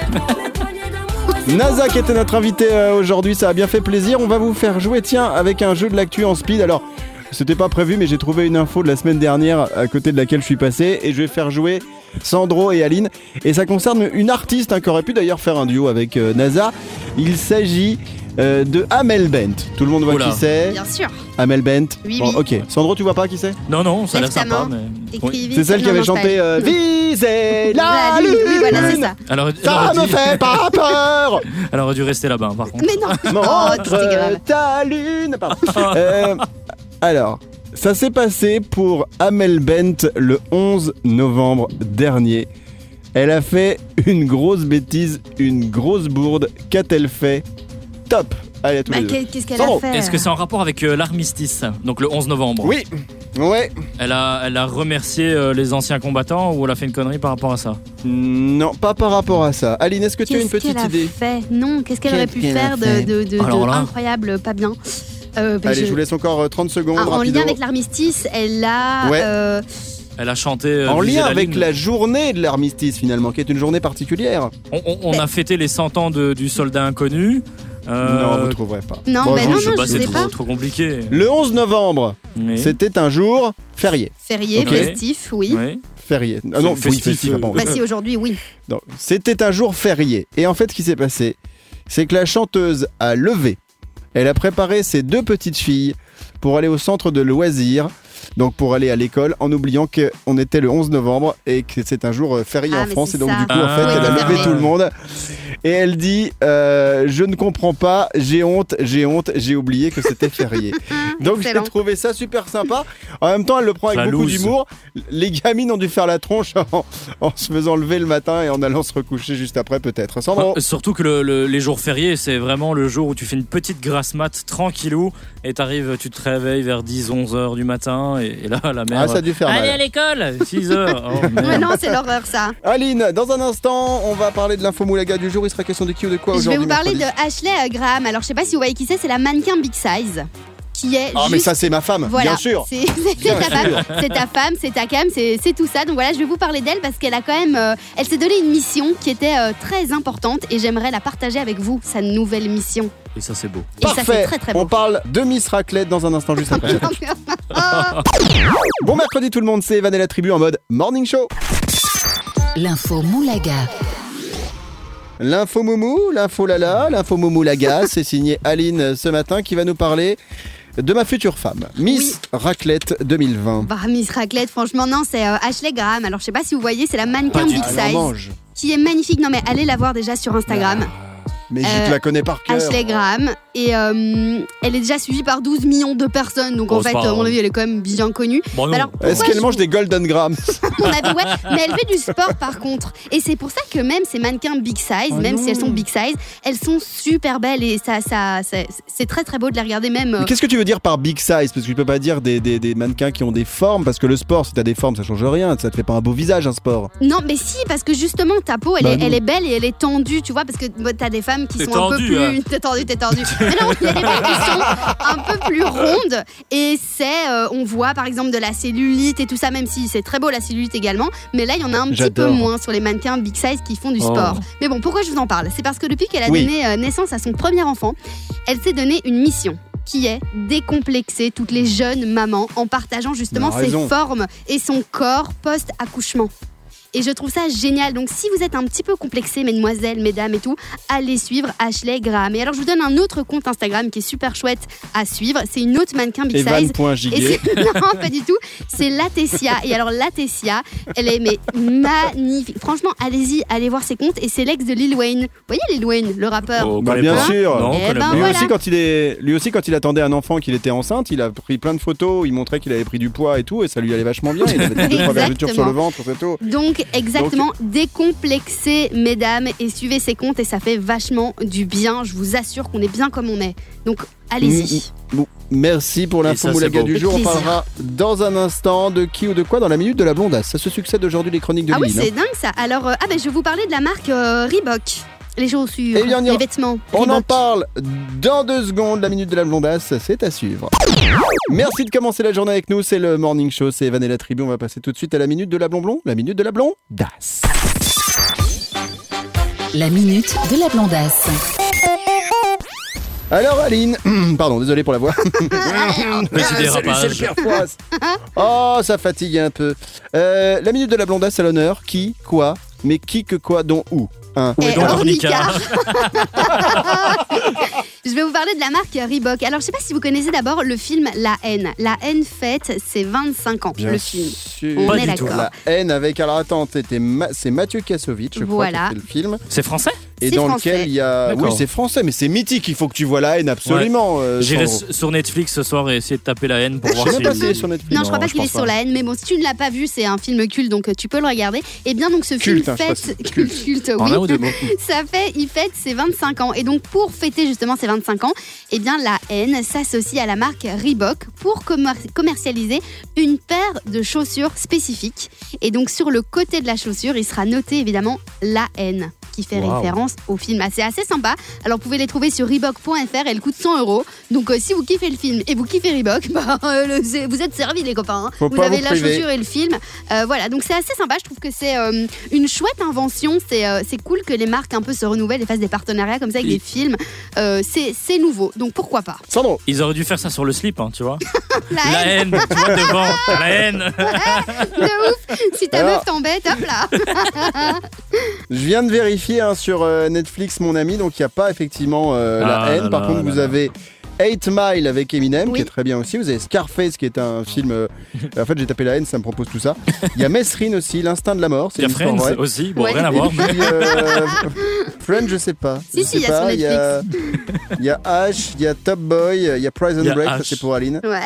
Speaker 1: NASA qui était notre invité euh, aujourd'hui, ça a bien fait plaisir. On va vous faire jouer, tiens, avec un jeu de l'actu en speed. Alors, c'était pas prévu, mais j'ai trouvé une info de la semaine dernière à côté de laquelle je suis passé, et je vais faire jouer Sandro et Aline. Et ça concerne une artiste hein, qui aurait pu d'ailleurs faire un duo avec euh, NASA. Il s'agit euh, de Amel Bent. Tout le monde voit
Speaker 2: Oula.
Speaker 1: qui c'est
Speaker 3: Bien sûr.
Speaker 1: Amel Bent.
Speaker 3: Oui,
Speaker 1: Bon,
Speaker 3: oui.
Speaker 1: ok. Sandro, tu vois pas qui c'est
Speaker 2: Non, non, ça a l'air
Speaker 3: Lève ta
Speaker 2: sympa.
Speaker 3: main.
Speaker 2: Mais... Oui.
Speaker 3: Écrivit.
Speaker 1: C'est celle qui avait chanté euh, Visez la lune
Speaker 3: Oui, Mmh. voilà, c'est ça.
Speaker 2: Elle aurait, elle
Speaker 1: Ça
Speaker 2: aurait
Speaker 1: me
Speaker 2: dû,
Speaker 1: fait pas peur
Speaker 2: elle aurait dû rester là-bas, par contre.
Speaker 3: Mais non. Oh, c'était grave.
Speaker 1: Montre ta lune Pardon. Euh, Alors, ça s'est passé pour Amel Bent le 11 novembre dernier. Elle a fait une grosse bêtise, une grosse bourde. Qu'a-t-elle fait Top Allez, à tous
Speaker 3: Bah,
Speaker 1: les deux.
Speaker 3: qu'est- Qu'est-ce qu'elle
Speaker 1: Sandro,
Speaker 3: a fait
Speaker 2: Est-ce que c'est en rapport avec euh, l'armistice, donc le 11 novembre
Speaker 1: Oui Ouais
Speaker 2: Elle a, elle a remercié euh, les anciens combattants ou elle a fait une connerie par rapport à ça
Speaker 1: Non, pas par rapport à ça. Aline, est-ce que tu as une
Speaker 3: Qu'est-ce
Speaker 1: petite
Speaker 3: qu'elle a
Speaker 1: idée
Speaker 3: fait Non, qu'est-ce qu'elle aurait pu
Speaker 1: Qu'est-ce qu'elle a
Speaker 3: faire de,
Speaker 1: fait
Speaker 3: de- de- de
Speaker 2: Alors là.
Speaker 3: incroyable, pas bien Euh, bah,
Speaker 1: Allez,
Speaker 3: je-
Speaker 1: je vous laisse encore euh, 30 secondes.
Speaker 3: Ah, En
Speaker 1: rapido.
Speaker 3: lien avec l'armistice, elle a.
Speaker 1: Ouais.
Speaker 3: euh,
Speaker 2: Elle a chanté. euh,
Speaker 1: En
Speaker 2: Viser
Speaker 1: lien avec
Speaker 2: lune.
Speaker 1: la journée de l'armistice finalement, qui est une journée particulière.
Speaker 2: On, on- on a fêté les 100 ans de- du soldat inconnu. Euh,
Speaker 1: Non, vous ne trouverez pas.
Speaker 3: Non, bah
Speaker 1: je-
Speaker 3: non,
Speaker 2: je sais
Speaker 3: non,
Speaker 2: pas,
Speaker 3: je
Speaker 2: c'est
Speaker 3: sais
Speaker 2: trop,
Speaker 3: pas.
Speaker 2: trop compliqué.
Speaker 1: Le 11 novembre,
Speaker 2: Mais-
Speaker 1: c'était un jour férié.
Speaker 3: Férié,
Speaker 2: Ok.
Speaker 3: festif, oui.
Speaker 2: Oui.
Speaker 1: Férié. Ah
Speaker 2: C'est
Speaker 1: non,
Speaker 2: festif,
Speaker 1: oui, festif,
Speaker 2: euh,
Speaker 1: pardon.
Speaker 3: Bah si, aujourd'hui, oui.
Speaker 1: Non, C'était un jour férié. Et en fait, ce qui s'est passé, c'est que la chanteuse a levé. Elle a préparé ses deux petites filles pour aller au centre de loisirs, donc pour aller à l'école, en oubliant qu'on était le 11 novembre et que c'est un jour euh, férié
Speaker 3: Ah,
Speaker 1: en
Speaker 3: mais
Speaker 1: France.
Speaker 3: c'est
Speaker 1: Et donc,
Speaker 3: ça.
Speaker 1: du coup, en fait,
Speaker 2: Ah.
Speaker 1: elle a levé tout le monde. Et elle dit euh, Je ne comprends pas, j'ai honte, j'ai honte, j'ai oublié que c'était férié. donc, j'ai
Speaker 3: Excellent.
Speaker 1: trouvé ça super sympa. En même temps, elle le prend avec
Speaker 2: La
Speaker 1: beaucoup
Speaker 2: loose.
Speaker 1: d'humour. Les gamines ont dû faire la tronche en, en se faisant lever le matin et en allant se recoucher juste après peut-être. Sandro
Speaker 2: Enfin, Bah, surtout que le- le- les jours fériés, c'est vraiment le jour où tu fais une petite grasse mat tranquillou et t'arrives, tu te réveilles vers 10-11 heures du matin et, et là, la mère.
Speaker 1: Ah ça a dû faire
Speaker 2: Allez à
Speaker 1: mal.
Speaker 2: l'école 6 heures Oh, merde.
Speaker 3: Mais Ah non, c'est l'horreur, ça.
Speaker 1: Aline, dans un instant, on va parler de l'info moulaga du jour. Il sera question de qui ou de quoi
Speaker 3: Je vais
Speaker 1: aujourd'hui
Speaker 3: vous parler de
Speaker 1: mercredi
Speaker 3: Ashley Graham. Alors, je sais pas si vous voyez qui c'est, c'est la mannequin Big Size. Qui est.
Speaker 1: Oh mais
Speaker 3: juste-
Speaker 1: ça c'est ma femme,
Speaker 3: Voilà.
Speaker 1: bien sûr.
Speaker 3: C'est c'est
Speaker 1: Bien
Speaker 3: ta
Speaker 1: sûr.
Speaker 3: femme, c'est ta femme, c'est ta cam, c'est c'est tout ça. Donc voilà, je vais vous parler d'elle parce qu'elle a quand même, euh, elle s'est donné une mission qui était euh, très importante et j'aimerais la partager avec vous, sa nouvelle mission.
Speaker 2: Et ça, c'est beau.
Speaker 3: Et ça, c'est
Speaker 1: Parfait.
Speaker 3: très très
Speaker 1: on
Speaker 3: beau.
Speaker 1: parle de Miss Raclette dans un instant juste après. bon mercredi tout le monde, c'est Evan et la tribu en mode morning show.
Speaker 6: L'info Moulaga.
Speaker 1: L'info moumou, l'info lala, l'info moumou laga, c'est signé Aline euh, ce matin qui va nous parler de ma future femme, Miss Raclette 2020.
Speaker 3: Bah, Miss Raclette, franchement, non, c'est euh, Ashley Graham. Alors, je sais pas si vous voyez, c'est la mannequin
Speaker 2: Pas du
Speaker 3: Big
Speaker 2: tout.
Speaker 1: Ah, Elle en
Speaker 3: Size
Speaker 1: mange.
Speaker 3: qui est magnifique. Non, mais allez la voir déjà sur Instagram,
Speaker 1: Mais je
Speaker 3: Euh,
Speaker 1: te la connais par Bah, cœur.
Speaker 3: Ashley Graham. Et euh, elle est déjà suivie par 12 millions de personnes. Donc,
Speaker 2: Oh,
Speaker 3: en
Speaker 2: c'est
Speaker 3: fait,
Speaker 2: pas
Speaker 3: euh, à mon
Speaker 2: grave.
Speaker 3: avis, elle est quand même bien connue.
Speaker 2: Bon, non.
Speaker 3: Alors,
Speaker 1: Est-ce
Speaker 3: Ouais,
Speaker 1: qu'elle
Speaker 3: je-
Speaker 1: mange des Golden Grams
Speaker 3: On avait- ouais, mais elle fait du sport par contre. Et c'est pour ça que même ces mannequins big size, même si elles sont big size, elles sont super belles et ça, ça, ça- c'est très très beau de les regarder même. euh,
Speaker 1: Mais Qu'est-ce que tu veux dire par big size Parce que tu peux pas dire des, des- des mannequins qui ont des formes, parce que le sport, si t'as des formes, ça change rien. Ça te fait pas un beau visage, un sport.
Speaker 3: Non, mais si, parce que justement ta peau, elle,
Speaker 1: Bah
Speaker 3: est,
Speaker 1: non.
Speaker 3: elle est belle et elle est tendue, tu vois, parce que bah, t'as des femmes femmes qui
Speaker 2: T'es
Speaker 3: sont
Speaker 2: tendue,
Speaker 3: un
Speaker 2: hein.
Speaker 3: peu plus. T'es tendu, t'es tendu. non, il y a des femmes qui sont un peu plus rondes. Et c'est. euh, on voit par exemple de la cellulite et tout ça, même si c'est très beau la cellulite également. Mais là, il y en a un petit peu
Speaker 1: J'adore.
Speaker 3: moins sur les mannequins big size qui font du
Speaker 2: Oh.
Speaker 3: sport. Mais bon, pourquoi je vous en parle C'est parce que depuis qu'elle a
Speaker 1: Oui.
Speaker 3: donné euh, naissance à son premier enfant, elle s'est donné une mission qui est décomplexer toutes les jeunes mamans en partageant justement
Speaker 1: Elle a
Speaker 3: ses
Speaker 1: raison.
Speaker 3: formes et son corps post-accouchement. Et je trouve ça génial. Donc, si vous êtes un petit peu complexé, mesdemoiselles, mesdames et tout, allez suivre Ashley Graham. Et alors, je vous donne un autre compte Instagram qui est super chouette à suivre. C'est une autre mannequin big size. Et
Speaker 1: Evan.giguet.
Speaker 3: c'est- non, pas du tout. C'est Latessia. Et alors, Latessia, elle est mais magnifique. Franchement, allez-y, allez voir ses comptes. Et c'est l'ex de Lil Wayne. Vous voyez Lil Wayne, le rappeur
Speaker 2: Oh, on
Speaker 1: Bah,
Speaker 2: connaît
Speaker 1: bien
Speaker 2: pas.
Speaker 1: sûr.
Speaker 2: Non, on
Speaker 3: euh, Eh
Speaker 2: connaît
Speaker 3: ben,
Speaker 2: pas.
Speaker 1: Lui,
Speaker 3: voilà.
Speaker 1: aussi, quand il est... Lui aussi, quand il attendait un enfant qu'il était enceinte, il a pris plein de photos, il montrait qu'il avait pris du poids et tout, et ça lui allait vachement bien. Il avait deux, trois vergetures sur le ventre, c'est tout.
Speaker 3: Donc exactement, décomplexez mesdames et suivez ses comptes et ça fait vachement du bien. Je vous assure qu'on est bien comme on est. Donc allez-y.
Speaker 1: Bon, merci pour l'info
Speaker 2: ça, c'est
Speaker 1: moulaga
Speaker 2: beau.
Speaker 1: du jour. On
Speaker 3: Plaisir.
Speaker 1: parlera dans un instant de qui ou de quoi dans la minute de la blondasse. Ça se succède aujourd'hui les chroniques de
Speaker 3: Ah oui,
Speaker 1: Lille, hein.
Speaker 3: c'est dingue ça. Alors, euh, ah ben, je vais vous parler de la marque euh, Reebok. Les chaussures,
Speaker 1: Eh bien, on y
Speaker 3: les
Speaker 1: va.
Speaker 3: vêtements.
Speaker 1: On en
Speaker 3: Reebok.
Speaker 1: parle dans deux secondes. La minute de la blondasse, c'est à suivre. Merci de commencer la journée avec nous. C'est le morning show. C'est Evan et la tribu. On va passer tout de suite à la minute de la blonblon. La minute de la blondasse.
Speaker 6: La minute de la blondasse.
Speaker 1: Alors, Aline, pardon, désolé pour la voix.
Speaker 3: Ah,
Speaker 2: Mais c'est des rapages.
Speaker 1: Perfoise.
Speaker 3: Hein
Speaker 1: Oh, ça fatigue un peu. Euh, la minute de la blondasse à l'honneur. Qui, quoi, mais qui que quoi, dont où. Hein.
Speaker 3: Et
Speaker 2: est donc
Speaker 3: Ornicard. je vais vous parler de la marque Reebok. Alors, je sais pas si vous connaissez d'abord le film La haine. La haine fête ses 25 ans, le film.
Speaker 1: sûr.
Speaker 3: On
Speaker 2: Pas
Speaker 3: est
Speaker 2: du tout.
Speaker 3: d'accord.
Speaker 1: La haine avec. Alors attends, c'était Ma- c'est Mathieu Kassovitz, je crois, qui a
Speaker 3: Voilà.
Speaker 1: fait le film.
Speaker 2: C'est français
Speaker 1: Et
Speaker 3: C'est
Speaker 1: dans
Speaker 3: français.
Speaker 1: lequel il y a. Oui,
Speaker 2: D'accord.
Speaker 1: c'est français, mais c'est mythique. Il faut que tu vois la haine absolument. euh,
Speaker 2: J'irai
Speaker 1: Sandro.
Speaker 2: s- sur Netflix ce soir et essayer de taper la haine pour
Speaker 1: Je
Speaker 2: voir
Speaker 1: sais
Speaker 2: si.
Speaker 1: même pas s'il est sur Netflix.
Speaker 3: Non, je crois pas qu'il est
Speaker 1: pense
Speaker 3: sur la haine, mais bon, si tu ne l'as pas vu, c'est un film culte, donc euh, tu peux le regarder. Et bien, donc ce
Speaker 1: Culte, hein,
Speaker 3: film
Speaker 1: je sais pas
Speaker 3: fête
Speaker 1: si-
Speaker 3: culte, culte,
Speaker 2: En un ou
Speaker 3: oui.
Speaker 2: deux mots.
Speaker 3: Ça fait, il fête ses 25 ans. Et donc, pour fêter justement ses 25 ans, eh bien, la haine s'associe à la marque Reebok pour commer- commercialiser une paire de chaussures spécifiques. Et donc, sur le côté de la chaussure, il sera noté évidemment la haine qui fait
Speaker 2: Wow.
Speaker 3: référence au film. Ah, c'est assez sympa. Alors, vous pouvez les trouver sur Reebok.fr. Elles coûtent 100 euros. Donc, euh, si vous kiffez le film et vous kiffez Reebok, bah, euh, le- c'est- vous êtes servis, les copains. hein.
Speaker 1: Faut
Speaker 3: vous
Speaker 1: pas
Speaker 3: avez
Speaker 1: vous
Speaker 3: la
Speaker 1: priver.
Speaker 3: chaussure et le film. Euh, voilà, donc c'est assez sympa. Je trouve que c'est euh, une chouette invention. C'est euh, c'est cool que les marques un peu se renouvellent et fassent des partenariats comme ça avec
Speaker 2: Oui.
Speaker 3: des films. Euh, c'est c'est nouveau, donc pourquoi pas.
Speaker 1: Sandro,
Speaker 2: Ils auraient dû faire ça sur le slip, hein, tu vois.
Speaker 3: La
Speaker 2: La
Speaker 3: haine,
Speaker 2: haine, tu vois, devant. La haine.
Speaker 3: de ouf Si ta
Speaker 1: Alors-
Speaker 3: meuf t'embête, hop là
Speaker 1: je viens de vérifier hein, sur euh, Netflix, mon ami, donc il n'y a pas effectivement euh,
Speaker 2: Ah
Speaker 1: la haine.
Speaker 2: là
Speaker 1: Par
Speaker 2: là
Speaker 1: contre,
Speaker 2: là
Speaker 1: vous
Speaker 2: là.
Speaker 1: avez. 8 Mile avec Eminem,
Speaker 3: Oui.
Speaker 1: qui est très bien aussi. Vous avez Scarface, qui est un film. euh, en fait, j'ai tapé la haine, ça me propose tout ça. Il y a Mesrine aussi, L'instinct de la mort.
Speaker 2: Il
Speaker 1: C'est
Speaker 2: y a
Speaker 1: une histoire
Speaker 2: Friends
Speaker 1: vraie.
Speaker 2: aussi. Bon,
Speaker 3: Ouais.
Speaker 2: rien à
Speaker 1: Et
Speaker 2: voir. mais-
Speaker 1: puis, euh, Friends, je sais pas.
Speaker 3: Si,
Speaker 1: Je
Speaker 3: si,
Speaker 1: sais
Speaker 3: il y a sur
Speaker 1: pas, Il y a Ash, il y a Top Boy, il y a Prison
Speaker 2: Il y a
Speaker 1: Break, ça
Speaker 2: H.
Speaker 1: c'est pour Aline.
Speaker 3: Ouais,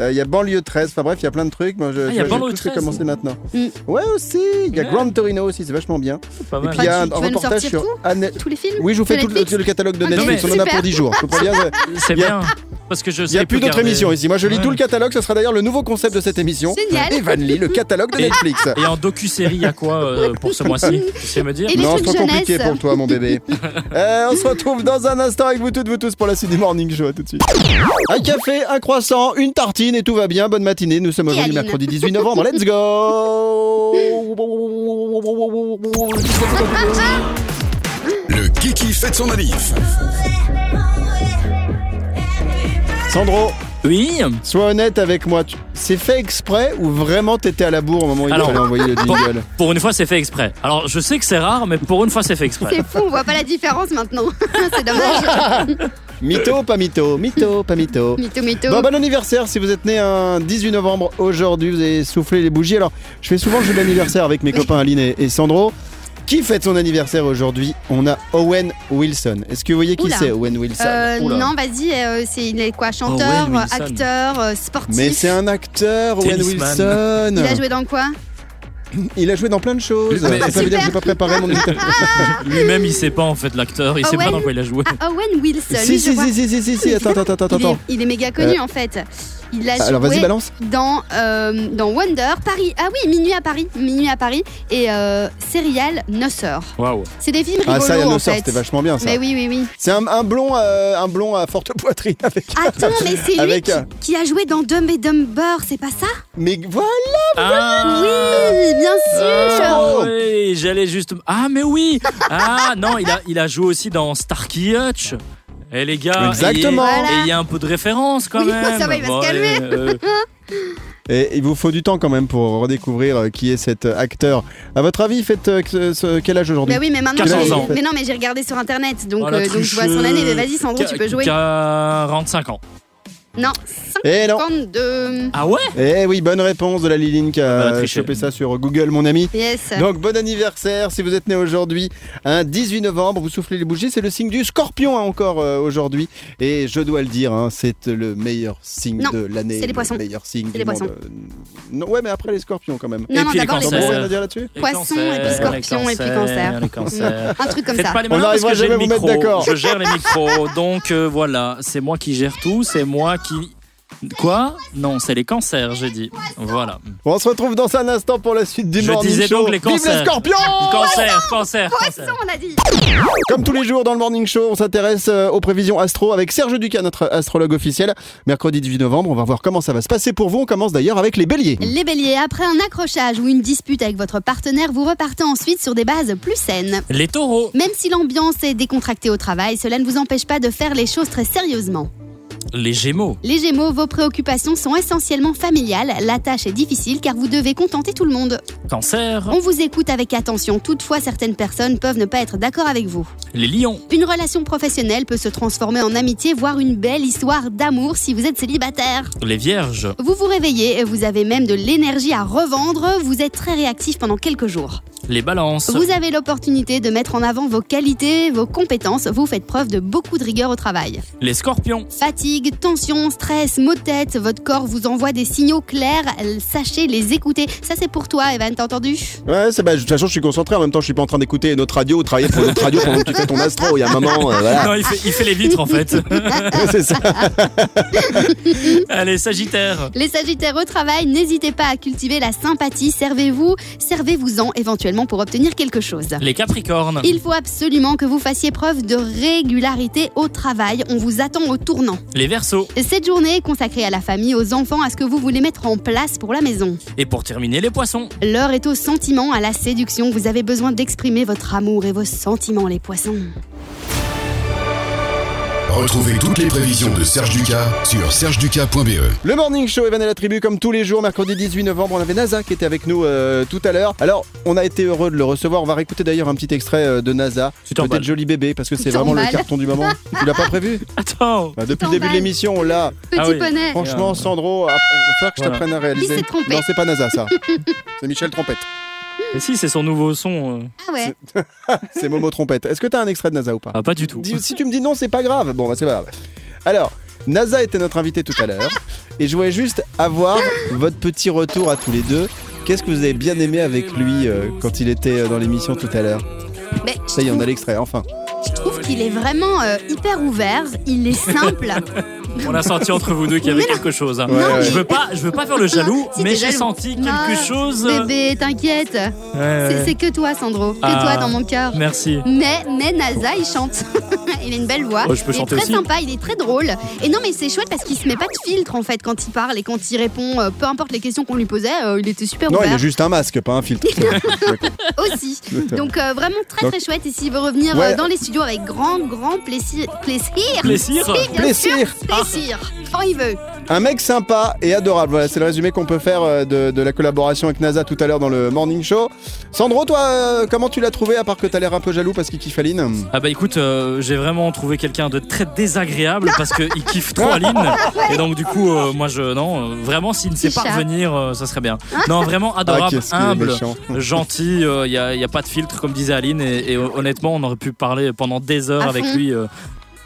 Speaker 1: Euh, Il y a Banlieue 13, enfin bref, il y a plein de trucs. Moi, je,
Speaker 2: Ah, il y a
Speaker 1: je- je-
Speaker 2: Banlieue
Speaker 1: tout s'est
Speaker 2: 13.
Speaker 1: commencé maintenant.
Speaker 3: Mm.
Speaker 1: Ouais, aussi. Il y a
Speaker 2: Ouais. Ah,
Speaker 1: Grand Torino aussi, c'est vachement bien.
Speaker 2: Pas
Speaker 1: Et
Speaker 2: mal.
Speaker 1: puis il y a un
Speaker 3: Tu- tu vas nous
Speaker 1: reportage
Speaker 3: sortir
Speaker 1: sur
Speaker 3: tout
Speaker 1: Anne.
Speaker 3: tous les films
Speaker 1: Oui, je vous fais
Speaker 3: Sur
Speaker 1: tout le,
Speaker 3: Netflix
Speaker 1: tout le catalogue de
Speaker 3: Ok,
Speaker 1: Netflix. On en a
Speaker 3: super.
Speaker 1: pour 10 jours. Je comprends bien, ouais.
Speaker 2: C'est
Speaker 1: Il y a-
Speaker 2: bien. Parce que je sais.
Speaker 1: euh, Il n'y a plus d'autres
Speaker 2: regarder.
Speaker 1: émissions ici. Moi, je lis
Speaker 2: Ouais.
Speaker 1: tout le catalogue. Ce sera d'ailleurs le nouveau concept de cette émission.
Speaker 3: Génial.
Speaker 1: Evan lit le catalogue de
Speaker 2: Et-
Speaker 1: Netflix.
Speaker 2: Et en docu-série, il y a quoi euh, pour ce mois-ci Tu sais me dire
Speaker 3: Et les
Speaker 1: non, c'est
Speaker 3: trucs
Speaker 1: trop compliqué
Speaker 3: jeunesse.
Speaker 1: pour toi, mon bébé. Euh, on se retrouve dans un instant avec vous toutes, vous tous pour la suite du Morning Show. À tout de suite. Un café, un croissant, une tartine et tout va bien. Bonne matinée. Nous sommes aujourd'hui
Speaker 3: Aline.
Speaker 1: mercredi 18 novembre. Let's go
Speaker 9: Le Kiki fête son anniv.
Speaker 1: Sandro,
Speaker 2: Oui.
Speaker 1: sois honnête avec moi. Tu- C'est fait exprès ou vraiment t'étais à la bourre au moment où il
Speaker 2: Alors-
Speaker 1: fallait envoyer le
Speaker 2: Pour,
Speaker 1: jingle
Speaker 2: pour une fois, c'est fait exprès. Alors, je sais que c'est rare, mais pour une fois, c'est fait exprès.
Speaker 3: C'est fou, on voit pas la différence maintenant. c'est dommage.
Speaker 1: Mytho, pas mytho Mytho, pas mytho
Speaker 3: Mito, mito.
Speaker 1: Bon, bon anniversaire si vous êtes né un 18 novembre aujourd'hui, vous avez soufflé les bougies. Alors, je fais souvent le jeu de l'anniversaire avec mes copains Aline et, et Sandro. Qui fête son anniversaire aujourd'hui On a Owen Wilson. Est-ce que vous voyez qui
Speaker 3: Oula.
Speaker 1: c'est Owen Wilson
Speaker 3: Euh,
Speaker 2: Oula.
Speaker 3: non, vas-y, euh, c'est- il est quoi Chanteur,
Speaker 2: Owen Wilson.
Speaker 3: acteur, euh, sportif
Speaker 1: Mais c'est un acteur, Owen
Speaker 2: Tennisman.
Speaker 1: Wilson.
Speaker 3: Il a joué dans quoi
Speaker 1: Il a joué dans plein de choses.
Speaker 2: Mais
Speaker 1: ça veut dire que j'ai pas préparé mon invité.
Speaker 2: Lui-même, il sait pas en fait l'acteur, il sait pas
Speaker 3: Owen.
Speaker 2: dans quoi il a joué.
Speaker 3: Ah, Owen Wilson.
Speaker 1: Si,
Speaker 3: je
Speaker 1: si,
Speaker 3: vois.
Speaker 1: si, si, si, si, si, attends, attends, attends,
Speaker 3: Il est,
Speaker 1: attends. Euh,
Speaker 3: il est méga connu en fait. Il a
Speaker 1: Alors vas-y,
Speaker 3: joué
Speaker 1: balance.
Speaker 3: dans, euh, dans Wonder, Paris. Ah oui, Minuit à Paris. Minuit à Paris. Et euh, Serial No Sir.
Speaker 2: Waouh.
Speaker 3: C'est des films
Speaker 1: Ah,
Speaker 3: rigolos
Speaker 1: ça, il y a
Speaker 3: en
Speaker 1: nos sorts,
Speaker 3: fait.
Speaker 1: c'était vachement bien ça.
Speaker 3: Mais oui, oui, oui.
Speaker 1: C'est un, un blond, euh, un blond à forte poitrine avec.
Speaker 3: Attends, mais c'est lui
Speaker 1: Avec
Speaker 3: qui,
Speaker 1: un-
Speaker 3: qui a joué dans Dumb et Dumber, c'est pas ça
Speaker 1: Mais voilà.
Speaker 2: Ah
Speaker 3: Oui, bien sûr
Speaker 2: Ah oui, j'allais juste. Ah, mais oui Ah, non, il a, il a joué aussi dans Starkey Hutch. Eh les gars,
Speaker 1: Exactement.
Speaker 2: et il y a-
Speaker 3: Voilà.
Speaker 2: et il y a un peu de référence quand
Speaker 3: Oui,
Speaker 2: même.
Speaker 3: ça va, il va se
Speaker 2: allez, euh,
Speaker 1: Et il vous faut du temps quand même pour redécouvrir euh, qui est cet euh, acteur. À votre avis, faites euh, ce- ce- quel âge aujourd'hui
Speaker 3: Bah oui, mais maintenant,
Speaker 2: 14
Speaker 3: j'ai-
Speaker 2: ans.
Speaker 3: mais non, mais j'ai regardé sur internet, donc,
Speaker 2: Oh, la
Speaker 3: euh, donc je vois son
Speaker 2: tricheuse.
Speaker 3: année. Mais vas-y, Sandro, tu peux jouer.
Speaker 2: 45 ans.
Speaker 3: Non,
Speaker 1: Eh non.
Speaker 3: 52.
Speaker 2: Ah ouais
Speaker 1: Eh oui, bonne réponse de la Liline qui
Speaker 2: Ah bah,
Speaker 1: a
Speaker 2: triché.
Speaker 1: chopé ça sur Google, mon ami.
Speaker 3: Yes.
Speaker 1: Donc bon anniversaire si vous êtes né aujourd'hui, un 18 novembre, vous soufflez les bougies, c'est le signe du scorpion hein, encore euh, aujourd'hui. Et je dois le dire, hein, c'est le meilleur signe
Speaker 3: Non,
Speaker 1: de l'année.
Speaker 3: c'est les poissons.
Speaker 1: Le meilleur signe
Speaker 3: C'est
Speaker 1: du
Speaker 3: les
Speaker 1: monde.
Speaker 3: poissons.
Speaker 1: Euh, Non, ouais mais après les scorpions quand même.
Speaker 3: Non,
Speaker 2: Et
Speaker 3: non,
Speaker 2: puis les
Speaker 3: d'abord les
Speaker 1: T'as bon,
Speaker 2: cancers.
Speaker 1: rien
Speaker 3: poissons.
Speaker 1: à dire là-dessus
Speaker 2: Les
Speaker 3: Poisson, et puis
Speaker 2: cancers, les
Speaker 3: scorpion, et puis cancer.
Speaker 2: Les cancers.
Speaker 3: Un truc comme
Speaker 2: Faites
Speaker 3: ça.
Speaker 2: pas les
Speaker 1: On
Speaker 2: malins parce
Speaker 1: n'arrivera
Speaker 2: que j'ai
Speaker 1: jamais
Speaker 2: le
Speaker 1: à vous mettre
Speaker 2: micro.
Speaker 1: d'accord.
Speaker 2: Je gère les micros, donc euh, voilà, c'est moi qui gère tout, c'est moi qui. Quoi Non, c'est les cancers, j'ai dit. Voilà.
Speaker 1: Bon, on se retrouve dans un instant pour la suite du
Speaker 2: Je
Speaker 1: Morning
Speaker 2: disais
Speaker 1: Show.
Speaker 2: donc les
Speaker 1: Vive les
Speaker 2: cancers.
Speaker 1: scorpions
Speaker 3: Oh,
Speaker 2: Cancer, cancer, cancer.
Speaker 3: Poisson, on a dit.
Speaker 1: Comme tous les jours dans le Morning Show, on s'intéresse euh, aux prévisions astro avec Serge Ducas, notre astrologue officiel. Mercredi 18 novembre, on va voir comment ça va se passer pour vous. On commence d'ailleurs avec les béliers.
Speaker 3: Les béliers, après un accrochage ou une dispute avec votre partenaire, vous repartez ensuite sur des bases plus saines.
Speaker 2: Les taureaux,
Speaker 3: Même si l'ambiance est décontractée au travail, cela ne vous empêche pas de faire les choses très sérieusement.
Speaker 2: les gémeaux,
Speaker 3: Les Gémeaux, vos préoccupations sont essentiellement familiales, la tâche est difficile car vous devez contenter tout le monde.
Speaker 2: cancer,
Speaker 3: On vous écoute avec attention, toutefois certaines personnes peuvent ne pas être d'accord avec vous.
Speaker 2: les lions,
Speaker 3: Une relation professionnelle peut se transformer en amitié, voire une belle histoire d'amour si vous êtes célibataire.
Speaker 2: les vierges,
Speaker 3: Vous vous réveillez, vous avez même de l'énergie à revendre, vous êtes très réactif pendant quelques jours.
Speaker 2: les balances,
Speaker 3: Vous avez l'opportunité de mettre en avant vos qualités, vos compétences, vous faites preuve de beaucoup de rigueur au travail.
Speaker 2: les scorpions,
Speaker 3: Fatigue, tension, stress, maux de tête, votre corps vous envoie des signaux clairs, sachez les écouter. Ça c'est pour toi Evan, t'as entendu
Speaker 1: Ouais, c'est bah, de toute façon, je suis concentré. En même temps, je suis pas en train d'écouter notre radio ou travailler pour notre radio pendant que tu fais ton astro. Il y a un moment, euh,
Speaker 3: Ah.
Speaker 1: voilà.
Speaker 2: Non, il fait, il fait les vitres en fait.
Speaker 1: C'est ça.
Speaker 2: Allez, Sagittaire,
Speaker 3: Les Sagittaires au travail, n'hésitez pas à cultiver la sympathie, servez-vous, servez-vous-en éventuellement pour obtenir quelque chose.
Speaker 2: les Capricornes,
Speaker 3: Il faut absolument que vous fassiez preuve de régularité au travail, on vous attend au tournant.
Speaker 2: les Verseaux,
Speaker 3: Cette journée est consacrée à la famille, aux enfants, à ce que vous voulez mettre en place pour la maison.
Speaker 2: et pour terminer, les poissons.
Speaker 3: L'heure est au sentiment, à la séduction, vous avez besoin d'exprimer votre amour et vos sentiments les poissons.
Speaker 9: Retrouvez toutes les prévisions de Serge Ducas sur sergeducas.be.
Speaker 1: Le Morning Show, Evan et la tribu, comme tous les jours, mercredi 18 novembre, on avait NASA qui était avec nous euh, tout à l'heure. Alors, on a été heureux de le recevoir. On va réécouter d'ailleurs un petit extrait euh, de NASA.
Speaker 2: Tu
Speaker 1: Peut-être
Speaker 2: t'emballes.
Speaker 1: joli bébé, parce que c'est
Speaker 3: T'en
Speaker 1: vraiment le
Speaker 3: balles.
Speaker 1: carton du moment. tu l'as pas prévu
Speaker 2: Attends,
Speaker 1: Bah, Depuis
Speaker 3: T'en
Speaker 1: le début de
Speaker 3: balles.
Speaker 1: l'émission, on l'a.
Speaker 3: Petit
Speaker 2: Ah oui.
Speaker 3: poney
Speaker 1: Franchement,
Speaker 2: Ouais.
Speaker 1: Sandro, ah, il va falloir que je
Speaker 2: Voilà.
Speaker 1: t'apprenne à réaliser.
Speaker 3: Il s'est trompé.
Speaker 1: Non, c'est pas NASA, ça. c'est Michel Trompette.
Speaker 2: mais si, c'est son nouveau son. euh.
Speaker 3: Ah ouais.
Speaker 1: C'est Momo Trompette. Est-ce que t'as un extrait de NASA ou pas
Speaker 2: Ah, pas du tout.
Speaker 1: Dis- si tu me dis non, c'est pas grave. Bon, bah, c'est pas grave. Alors, NASA était notre invité tout à l'heure. Et je voulais juste avoir votre petit retour à tous les deux. Qu'est-ce que vous avez bien aimé avec lui euh, quand il était euh, dans l'émission tout à l'heure
Speaker 3: Mais
Speaker 1: Ça y est, on a l'extrait, enfin.
Speaker 3: je trouve qu'il est vraiment euh, hyper ouvert, il est simple.
Speaker 2: On a senti entre vous deux qu'il y avait quelque chose. hein.
Speaker 1: Ouais, ouais.
Speaker 2: Je veux pas, je veux pas faire le jaloux,
Speaker 3: Si,
Speaker 2: mais
Speaker 3: t'es
Speaker 2: j'ai
Speaker 3: jaloux.
Speaker 2: senti
Speaker 3: Ah,
Speaker 2: quelque chose. euh,
Speaker 3: Bébé, t'inquiète.
Speaker 2: ouais, ouais.
Speaker 3: C'est- C'est que toi, Sandro. Que
Speaker 2: Ah.
Speaker 3: toi dans mon cœur.
Speaker 2: Merci.
Speaker 3: Mais, mais NASA, il chante. il a une belle voix.
Speaker 2: Oh, je peux
Speaker 3: il est
Speaker 2: chanter
Speaker 3: très
Speaker 2: aussi.
Speaker 3: sympa, il est très drôle. Et non, mais c'est chouette parce qu'il se met pas de filtre en fait quand il parle et quand il répond, euh, peu importe les questions qu'on lui posait, euh, il était super
Speaker 1: Non, il
Speaker 3: ouvert
Speaker 1: est juste un masque, pas un filtre.
Speaker 3: aussi. Donc euh, vraiment très
Speaker 1: Donc-
Speaker 3: très chouette. Et s'il veut revenir
Speaker 1: Ouais.
Speaker 3: euh, dans les studios avec grand grand plaisir, plaisir,
Speaker 2: Plaisir
Speaker 3: Si, bien
Speaker 1: Plaisir. Ah.
Speaker 3: sûr, plaisir, quand il veut.
Speaker 1: Un mec sympa et adorable. Voilà, c'est le résumé qu'on peut faire euh, de, de la collaboration avec NASA tout à l'heure dans le Morning Show. Sandro, toi, euh, comment tu l'as trouvé à part que t'as l'air un peu jaloux parce qu'il kiffe Aline
Speaker 2: Ah bah écoute, euh, j'ai vraiment trouvé quelqu'un de très désagréable parce qu'il kiffe trop Aline. Et donc du coup, euh, moi je... Non, euh, vraiment, s'il ne sait pas
Speaker 3: Petit chat.
Speaker 2: revenir, euh, ça serait bien. Non, vraiment
Speaker 1: Ah,
Speaker 2: adorable,
Speaker 1: qu'est-ce qu'il est
Speaker 2: humble,
Speaker 1: méchant.
Speaker 2: gentil, euh, il n'y a, y a pas de filtre comme disait Aline. Et, et honnêtement, on aurait pu parler pendant des heures
Speaker 3: À
Speaker 2: avec
Speaker 3: fond.
Speaker 2: lui. euh,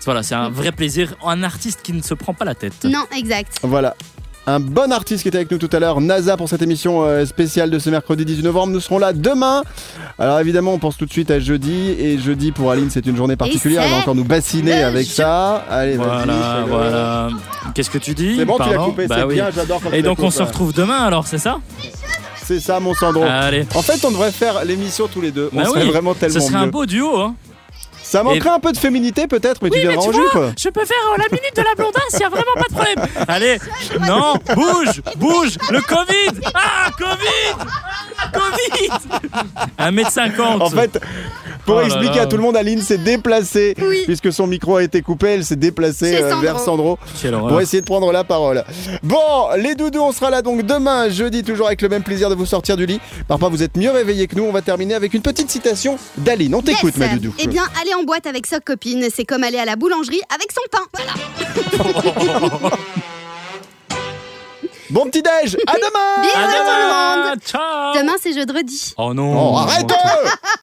Speaker 2: voilà, c'est un vrai plaisir. Un artiste qui ne se prend pas la tête.
Speaker 3: Non, exact.
Speaker 1: Voilà. un bon artiste qui était avec nous tout à l'heure, NASA, pour cette émission euh, spéciale de ce mercredi 18 novembre. Nous serons là demain. Alors évidemment, on pense tout de suite à jeudi. Et jeudi, pour Aline, c'est une journée particulière. Elle va
Speaker 3: c'est
Speaker 1: encore nous bassiner
Speaker 3: le
Speaker 1: avec
Speaker 3: jeu.
Speaker 1: ça. Allez,
Speaker 2: Voilà,
Speaker 1: vas-y. fais-le.
Speaker 2: voilà. Qu'est-ce que tu dis
Speaker 1: C'est bon, tu l'as
Speaker 2: Pardon
Speaker 1: coupé,
Speaker 2: Bah
Speaker 1: c'est
Speaker 2: oui.
Speaker 1: bien, j'adore quand tu
Speaker 2: Et
Speaker 1: la
Speaker 2: donc on
Speaker 1: coupes.
Speaker 2: se retrouve demain alors, c'est ça
Speaker 1: C'est ça, mon Sandro.
Speaker 2: Allez.
Speaker 1: En fait, on devrait faire l'émission tous les deux.
Speaker 2: Bah
Speaker 1: on serait
Speaker 2: oui,
Speaker 1: vraiment
Speaker 2: Ce
Speaker 1: tellement
Speaker 2: serait un
Speaker 1: mieux.
Speaker 2: beau duo, hein
Speaker 1: Ça manquerait un peu de féminité peut-être, mais tu viendras en jus quoi.
Speaker 2: Je peux faire euh, la minute de la blondasse, il a vraiment pas de problème. Allez, non, bouge, bouge, le Covid Ah, Covid Covid 1m50
Speaker 1: En fait, pour
Speaker 2: Oh là
Speaker 1: expliquer
Speaker 2: là.
Speaker 1: à tout le monde, Aline s'est déplacée
Speaker 3: Oui.
Speaker 1: puisque son micro a été coupé. Elle s'est déplacée
Speaker 3: Chez
Speaker 1: euh,
Speaker 3: Sandro.
Speaker 1: vers Sandro
Speaker 2: Quelle horreur.
Speaker 1: pour essayer de prendre la parole. Bon, les doudous, on sera là donc demain, jeudi, toujours avec le même plaisir de vous sortir du lit. Par pas, vous êtes mieux réveillés que nous. On va terminer avec une petite citation d'Aline. On t'écoute,
Speaker 3: Yes.
Speaker 1: ma doudou.
Speaker 3: Eh bien, aller en boîte avec sa copine, c'est comme aller à la boulangerie avec son pain. Voilà.
Speaker 1: Bon petit déj, à demain.
Speaker 3: Bisous
Speaker 2: À
Speaker 3: à tout le monde.
Speaker 2: demain Ciao
Speaker 3: Demain, c'est jeudi.
Speaker 2: Oh non
Speaker 1: Oh, arrête